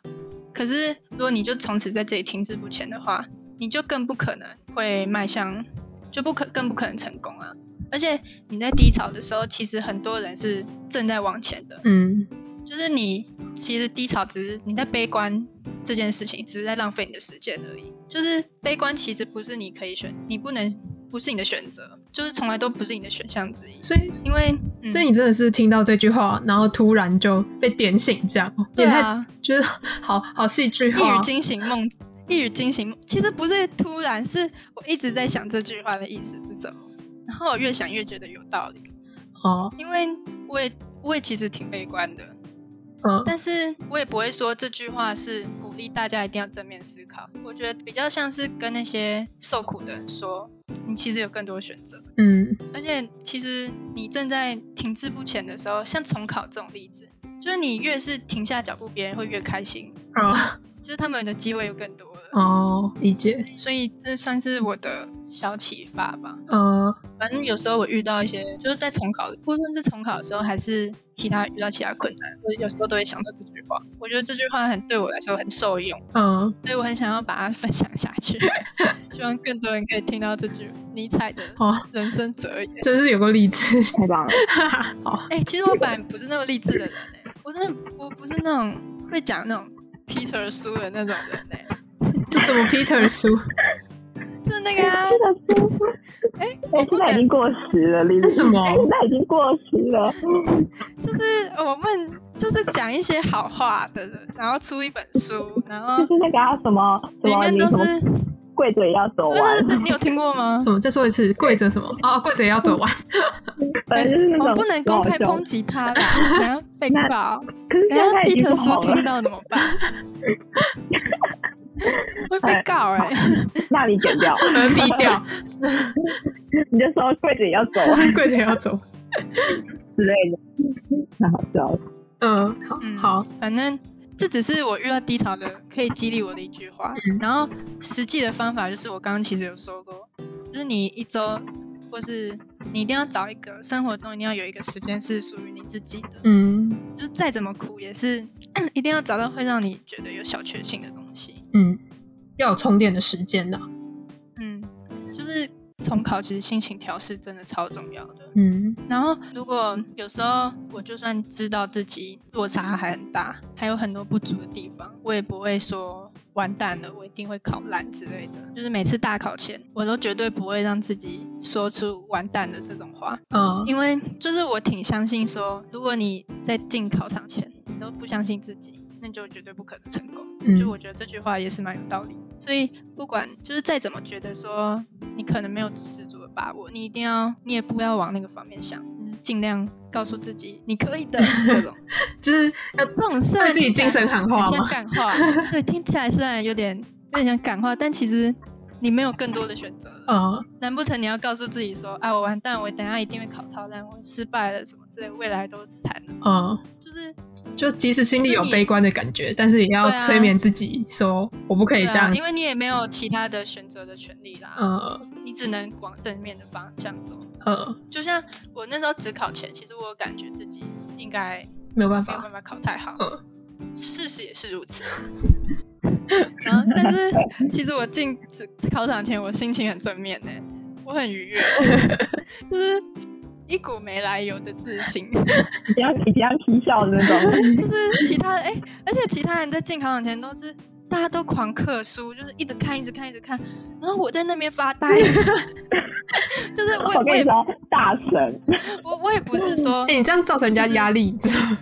[SPEAKER 1] 可是如果你就从此在这里停滞不前的话，你就更不可能会迈向，就不可更不可能成功啊！而且你在低潮的时候，其实很多人是正在往前的，
[SPEAKER 2] 嗯
[SPEAKER 1] 就是你其实低潮只是你在悲观这件事情，只是在浪费你的时间而已。就是悲观其实不是你可以选，你不能不是你的选择，就是从来都不是你的选项之一。
[SPEAKER 2] 所以
[SPEAKER 1] 因为，嗯、
[SPEAKER 2] 所以你真的是听到这句话，然后突然就被点醒，这样哦
[SPEAKER 1] 对
[SPEAKER 2] 也太
[SPEAKER 1] 啊，
[SPEAKER 2] 就是好好戏剧
[SPEAKER 1] 一语
[SPEAKER 2] 化。
[SPEAKER 1] 惊醒梦，一语惊醒梦。其实不是突然，是我一直在想这句话的意思是什么。然后我越想越觉得有道理，
[SPEAKER 2] 哦，
[SPEAKER 1] 因为我也我也其实挺悲观的，
[SPEAKER 2] 嗯
[SPEAKER 1] 但是我也不会说这句话是鼓励大家一定要正面思考。我觉得比较像是跟那些受苦的人说，你其实有更多选择，
[SPEAKER 2] 嗯
[SPEAKER 1] 而且其实你正在停滞不前的时候，像重考这种例子，就是你越是停下脚步，别人会越开心，
[SPEAKER 2] 哦
[SPEAKER 1] 就是他们的机会又更多了。
[SPEAKER 2] 哦，理解。
[SPEAKER 1] 所以这算是我的小启发吧。
[SPEAKER 2] 嗯
[SPEAKER 1] 反正有时候我遇到一些，就是在重考，不论是重考的时候，还是其他遇到其他困难，我有时候都会想到这句话。我觉得这句话很对我来说很受用，
[SPEAKER 2] 嗯，
[SPEAKER 1] 所以我很想要把它分享下去， <laughs> 希望更多人可以听到这句尼采的
[SPEAKER 2] 哦，
[SPEAKER 1] 人生哲言。
[SPEAKER 2] 真是有个励志， <laughs>
[SPEAKER 4] 太棒了！
[SPEAKER 2] 好，
[SPEAKER 1] 哎、其实我本来不是那么励志的人、欸，我真的我不是那种会讲那种 Peter 书的那种人哎、
[SPEAKER 2] 是什么 Peter 书？
[SPEAKER 1] 就是那个、啊、
[SPEAKER 4] 这个书，
[SPEAKER 1] 哎
[SPEAKER 4] 哎，现在已经过时了，丽丽。
[SPEAKER 2] 什么
[SPEAKER 4] 哎现在已经过时了。
[SPEAKER 1] 就是我们就是讲一些好话的人，然后出一本书，然后
[SPEAKER 4] 就是那个啊什么什
[SPEAKER 1] 里
[SPEAKER 4] 么，
[SPEAKER 1] 面
[SPEAKER 4] 你
[SPEAKER 1] 都
[SPEAKER 4] 什么
[SPEAKER 1] 是，
[SPEAKER 4] 跪着也要走完，
[SPEAKER 1] 你有听过吗？
[SPEAKER 2] 什么？再说一次，跪着什么？哦，跪着也要
[SPEAKER 1] <laughs>
[SPEAKER 2] 走完。
[SPEAKER 4] 反正就是那
[SPEAKER 1] 哎我
[SPEAKER 4] 种
[SPEAKER 1] 们不能公开
[SPEAKER 4] 很好
[SPEAKER 1] 抨
[SPEAKER 4] 笑
[SPEAKER 1] 击
[SPEAKER 4] <laughs>
[SPEAKER 1] 他啦，然后被
[SPEAKER 4] 那
[SPEAKER 1] 告，
[SPEAKER 4] 可是现
[SPEAKER 1] 然后
[SPEAKER 4] 在已经
[SPEAKER 1] Peter
[SPEAKER 4] 不
[SPEAKER 1] 叔
[SPEAKER 4] 好
[SPEAKER 1] 听
[SPEAKER 4] 了，
[SPEAKER 1] 到怎么
[SPEAKER 4] <laughs>
[SPEAKER 1] 办？会被告哎、
[SPEAKER 4] <laughs> 那你剪
[SPEAKER 1] <laughs>
[SPEAKER 4] 掉，
[SPEAKER 2] 把它毙掉，
[SPEAKER 4] 你就说跪着也要走完
[SPEAKER 2] 跪着也要走。
[SPEAKER 4] 之类的， <laughs> 太好笑了。
[SPEAKER 2] <laughs> 嗯，好，
[SPEAKER 1] 嗯
[SPEAKER 2] 好，
[SPEAKER 1] 反正这只是我遇到低潮的可以激励我的一句话。
[SPEAKER 4] 嗯
[SPEAKER 1] 然后实际的方法就是我刚刚其实有说过，就是你一周或是你一定要找一个生活中一定要有一个时间是属于你自己的，
[SPEAKER 2] 嗯
[SPEAKER 1] 就是再怎么苦也是 <clears throat> 一定要找到会让你觉得有小确幸的东西。
[SPEAKER 2] 嗯，要有充电的时间啊的。
[SPEAKER 1] 嗯，就是重考其实心情调试真的超重要的。
[SPEAKER 2] 嗯
[SPEAKER 1] 然后，如果有时候我就算知道自己落差还很大，还有很多不足的地方，我也不会说完蛋了，我一定会考烂之类的。就是每次大考前，我都绝对不会让自己说出完蛋的这种话，
[SPEAKER 2] 嗯
[SPEAKER 1] 因为就是我挺相信说，如果你在进考场前你都不相信自己，那就绝对不可能成功。就
[SPEAKER 2] 嗯
[SPEAKER 1] 我觉得这句话也是蛮有道理。所以不管就是再怎么觉得说你可能没有十足的把握，你一定要你也不要往那个方面想，就是尽量告诉自己你可以
[SPEAKER 2] <laughs>
[SPEAKER 1] 的这种
[SPEAKER 2] 就是要
[SPEAKER 1] 这种事
[SPEAKER 2] 对自己精神喊话
[SPEAKER 1] 很像
[SPEAKER 2] 吗？
[SPEAKER 1] 感化，对，听起来虽然有点有点像感化，但其实你没有更多的选择了。
[SPEAKER 2] 嗯
[SPEAKER 1] 难不成你要告诉自己说，啊，我完蛋，我等一下一定会考超烂，我失败了什么之类，未来都是惨的，
[SPEAKER 2] 嗯，
[SPEAKER 1] 就是
[SPEAKER 2] 就即使心里有悲观的感觉，但是也要
[SPEAKER 1] 对啊
[SPEAKER 2] 催眠自己，说我不可以
[SPEAKER 1] 对
[SPEAKER 2] 这样
[SPEAKER 1] 啊，
[SPEAKER 2] 子
[SPEAKER 1] 因。为你也没有其他的选择的权利啦。
[SPEAKER 2] 呃
[SPEAKER 1] 你只能往正面的方向走。
[SPEAKER 2] 呃，
[SPEAKER 1] 就像我那时候只考前，其实我有感觉自己应该
[SPEAKER 2] 没有办
[SPEAKER 1] 没有
[SPEAKER 2] 法。
[SPEAKER 1] 办法考太好，
[SPEAKER 2] 嗯
[SPEAKER 1] 事实也是如此。然后，但是其实我进只考场前，我心情很正面呢、我很
[SPEAKER 2] <laughs>
[SPEAKER 1] 愉悦，就是一股没来由的自信。
[SPEAKER 4] 已经要已经要嬉笑的那种，
[SPEAKER 1] 就是其他的哎、而且其他人在进考场前都是大家都狂刻书，就是一直看，一直看，一直看，然后我在那边发呆， <laughs> 就是我也
[SPEAKER 4] 我
[SPEAKER 1] 我
[SPEAKER 4] 跟你
[SPEAKER 1] 也
[SPEAKER 4] 说，大神，
[SPEAKER 1] 我我也不是说
[SPEAKER 2] 哎，，你这样造成人家
[SPEAKER 1] 就是
[SPEAKER 2] 压力，你知道吗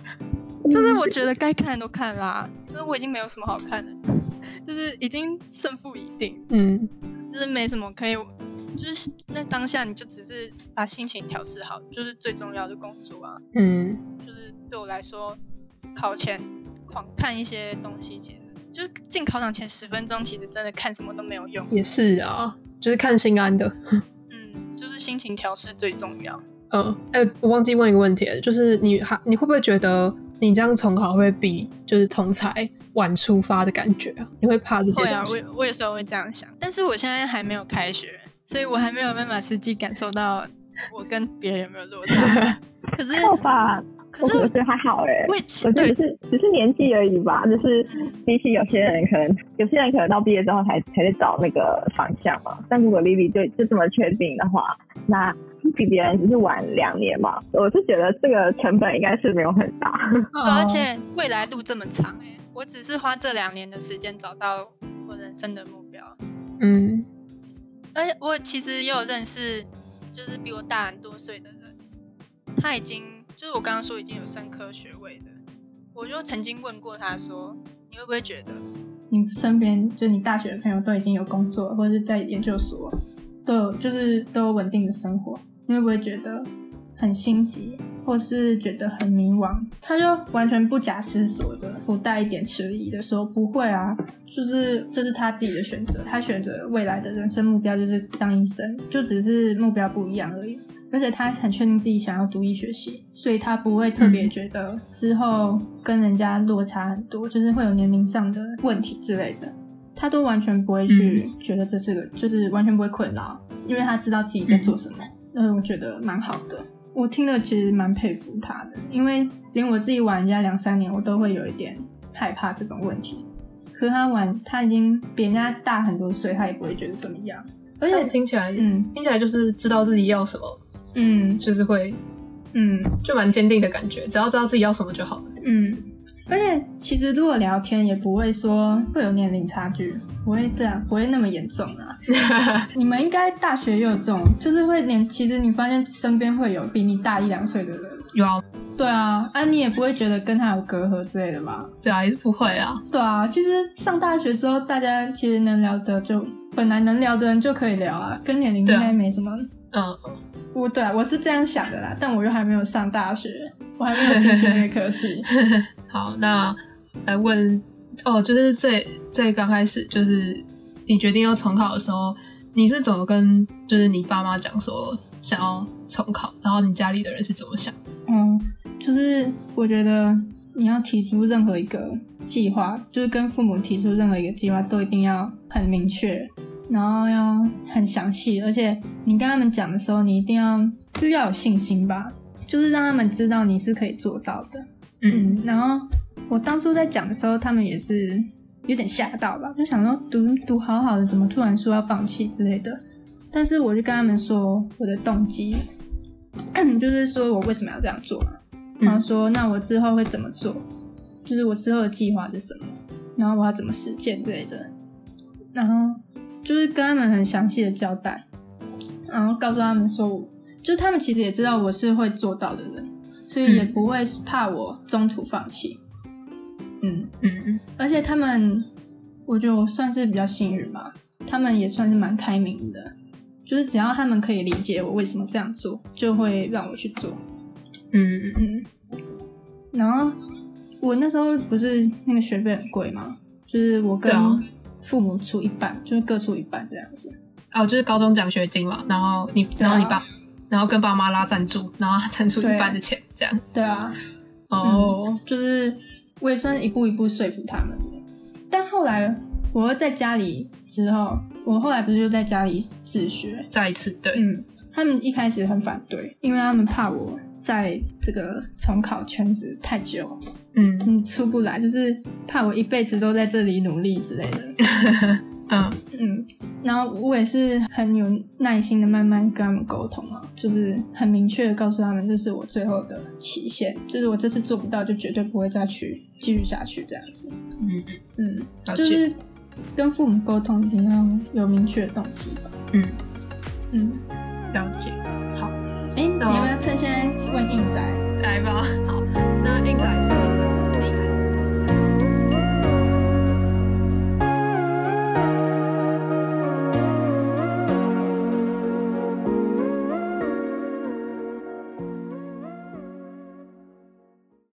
[SPEAKER 1] 就是我觉得该看的都看啦，就是我已经没有什么好看的，就是已经胜负已定，
[SPEAKER 2] 嗯
[SPEAKER 1] 就是没什么可以，就是那当下你就只是把心情调试好，就是最重要的工作啊，
[SPEAKER 2] 嗯
[SPEAKER 1] 就是对我来说，考前狂看一些东西，其实就是进考场前十分钟，其实真的看什么都没有用。
[SPEAKER 2] 也是啊，就是看心安的。
[SPEAKER 1] 嗯，就是心情调试最重要。
[SPEAKER 2] 嗯，哎、我忘记问一个问题了，就是你还你会不会觉得你这样重考会比就是同才晚出发的感觉啊？你会怕这些
[SPEAKER 1] 对啊
[SPEAKER 2] 东，西？
[SPEAKER 1] 我我有时候会这样想，但是我现在还没有开学，所以我还没有办法实际感受到我跟别人有没有落差。可
[SPEAKER 4] <laughs>
[SPEAKER 1] 是，
[SPEAKER 4] 好吧，
[SPEAKER 1] 可
[SPEAKER 4] 哦我
[SPEAKER 1] 是
[SPEAKER 4] 觉得还好哎。
[SPEAKER 1] 我也其
[SPEAKER 4] 我觉得
[SPEAKER 1] 对
[SPEAKER 4] 只是只是年纪而已吧，就是
[SPEAKER 1] 嗯
[SPEAKER 4] 比起有些人可能，有些人可能到毕业之后才才在找那个方向嘛。但如果 Lily 就就这么确定的话，那比别人只是晚两年嘛，我是觉得这个成本应该是没有很大。
[SPEAKER 1] 对啊
[SPEAKER 4] 哦
[SPEAKER 2] 哦
[SPEAKER 1] 而且未来路这么长、欸，我只是花这两年的时间找到我人生的目标。
[SPEAKER 2] 嗯
[SPEAKER 1] 而且我其实也有认识，就是比我大很多岁的人，他已经就是我刚刚说已经有商科学位的，我就曾经问过他说，你会不会觉得你身边就你大学的朋友都已经有工作，或者是在研究所，都有就是都有稳定的生活，你会不会觉得很心急，或是觉得很迷惘？他就完全不假思索的，不带一点迟疑的说，不会啊，就是这是他自己的选择，他选择未来的人生目标就是当医生，就只是目标不一样而已。而且他很确定自己想要读医学系，所以他不会特别觉得之后跟人家落差很多，就是会有年龄上的问题之类的，他都完全不会去觉得这是个，就是完全不会困扰，因为他知道自己在做什么，嗯，我觉得蛮好的。我听了其实蛮佩服他的，因为连我自己玩人家两三年，我都会有一点害怕这种问题。可是他玩，他已经比人家大很多岁，他也不会觉得怎么样。而
[SPEAKER 2] 但
[SPEAKER 1] 且，
[SPEAKER 2] 听起来、
[SPEAKER 1] 嗯
[SPEAKER 2] 听起来就是知道自己要什么，
[SPEAKER 1] 嗯
[SPEAKER 2] 就是会
[SPEAKER 1] 嗯
[SPEAKER 2] 就蛮坚定的感觉，只要知道自己要什么就好了。
[SPEAKER 1] 嗯，而且其实如果聊天也不会说会有年龄差距，不会这样，不会那么严重啊。
[SPEAKER 2] <laughs>
[SPEAKER 1] 你们应该大学也有这种，就是会连其实你发现身边会有比你大一两岁的人，
[SPEAKER 2] 有啊，
[SPEAKER 1] 对啊，啊你也不会觉得跟他有隔阂之类的吧？
[SPEAKER 2] 对啊，也是不会啊，
[SPEAKER 1] 对啊，其实上大学之后，大家其实能聊的就本来能聊的人就可以聊啊，跟年龄应
[SPEAKER 2] 对啊
[SPEAKER 1] 该没什么。
[SPEAKER 2] 嗯，
[SPEAKER 1] 我对啊，我是这样想的啦，但我又还没有上大学，我还没有进去那个科系。
[SPEAKER 2] 好，那来问哦，就是最最刚开始，就是你决定要重考的时候，你是怎么跟就是你爸妈讲说想要重考，然后你家里的人是怎么想？
[SPEAKER 1] 嗯，就是我觉得你要提出任何一个计划，就是跟父母提出任何一个计划，都一定要很明确，然后要很详细，而且你跟他们讲的时候，你一定要就要有信心吧，就是让他们知道你是可以做到的。
[SPEAKER 2] 嗯
[SPEAKER 1] 嗯，然后我当初在讲的时候，他们也是有点吓到吧，就想说读读好好的，怎么突然说要放弃之类的。但是我就跟他们说我的动机， <clears throat> 就是说我为什么要这样做嘛，然后说那我之后会怎么做，就是我之后的计划是什么，然后我要怎么实践之类的，然后就是跟他们很详细的交代，然后告诉他们说我，就是他们其实也知道我是会做到的人，所以也
[SPEAKER 2] 嗯
[SPEAKER 1] 不会怕我中途放弃。嗯，
[SPEAKER 2] 嗯
[SPEAKER 1] 而且他们，我觉得我算是比较幸运吧，他们也算是蛮开明的，就是只要他们可以理解我为什么这样做，就会让我去做。
[SPEAKER 2] 嗯
[SPEAKER 1] 嗯，然后我那时候不是那个学费很贵嘛，就是我跟
[SPEAKER 2] 对啊
[SPEAKER 1] 父母出一半，就是各出一半这样子。
[SPEAKER 2] 哦，就是高中奖学金嘛，然后你，
[SPEAKER 1] 啊
[SPEAKER 2] 然后你爸，然后跟爸妈拉赞助，然后赞助一半的钱，这样。
[SPEAKER 1] 对啊，
[SPEAKER 2] 哦，
[SPEAKER 1] 就是我也算一步一步说服他们的。但后来我又在家里之后，我后来不是就在家里自学，
[SPEAKER 2] 再一次，对，
[SPEAKER 1] 嗯，他们一开始很反对，因为他们怕我在这个重考圈子太久，
[SPEAKER 2] 嗯
[SPEAKER 1] 嗯，出不来，就是怕我一辈子都在这里努力之类的。
[SPEAKER 2] <laughs> 嗯
[SPEAKER 1] 嗯，然后我也是很有耐心的慢慢跟他们沟通啊，就是很明确的告诉他们，这是我最后的期限，就是我这次做不到，就绝对不会再去继续下去这样子。
[SPEAKER 2] 嗯，
[SPEAKER 1] 嗯，
[SPEAKER 2] 了
[SPEAKER 1] 就
[SPEAKER 2] 解。
[SPEAKER 1] 是跟父母沟通一定要有明确的动机吧。
[SPEAKER 2] 嗯
[SPEAKER 1] 嗯，
[SPEAKER 2] 了解，
[SPEAKER 1] 哎、你们要趁现在问应仔。
[SPEAKER 2] 来吧。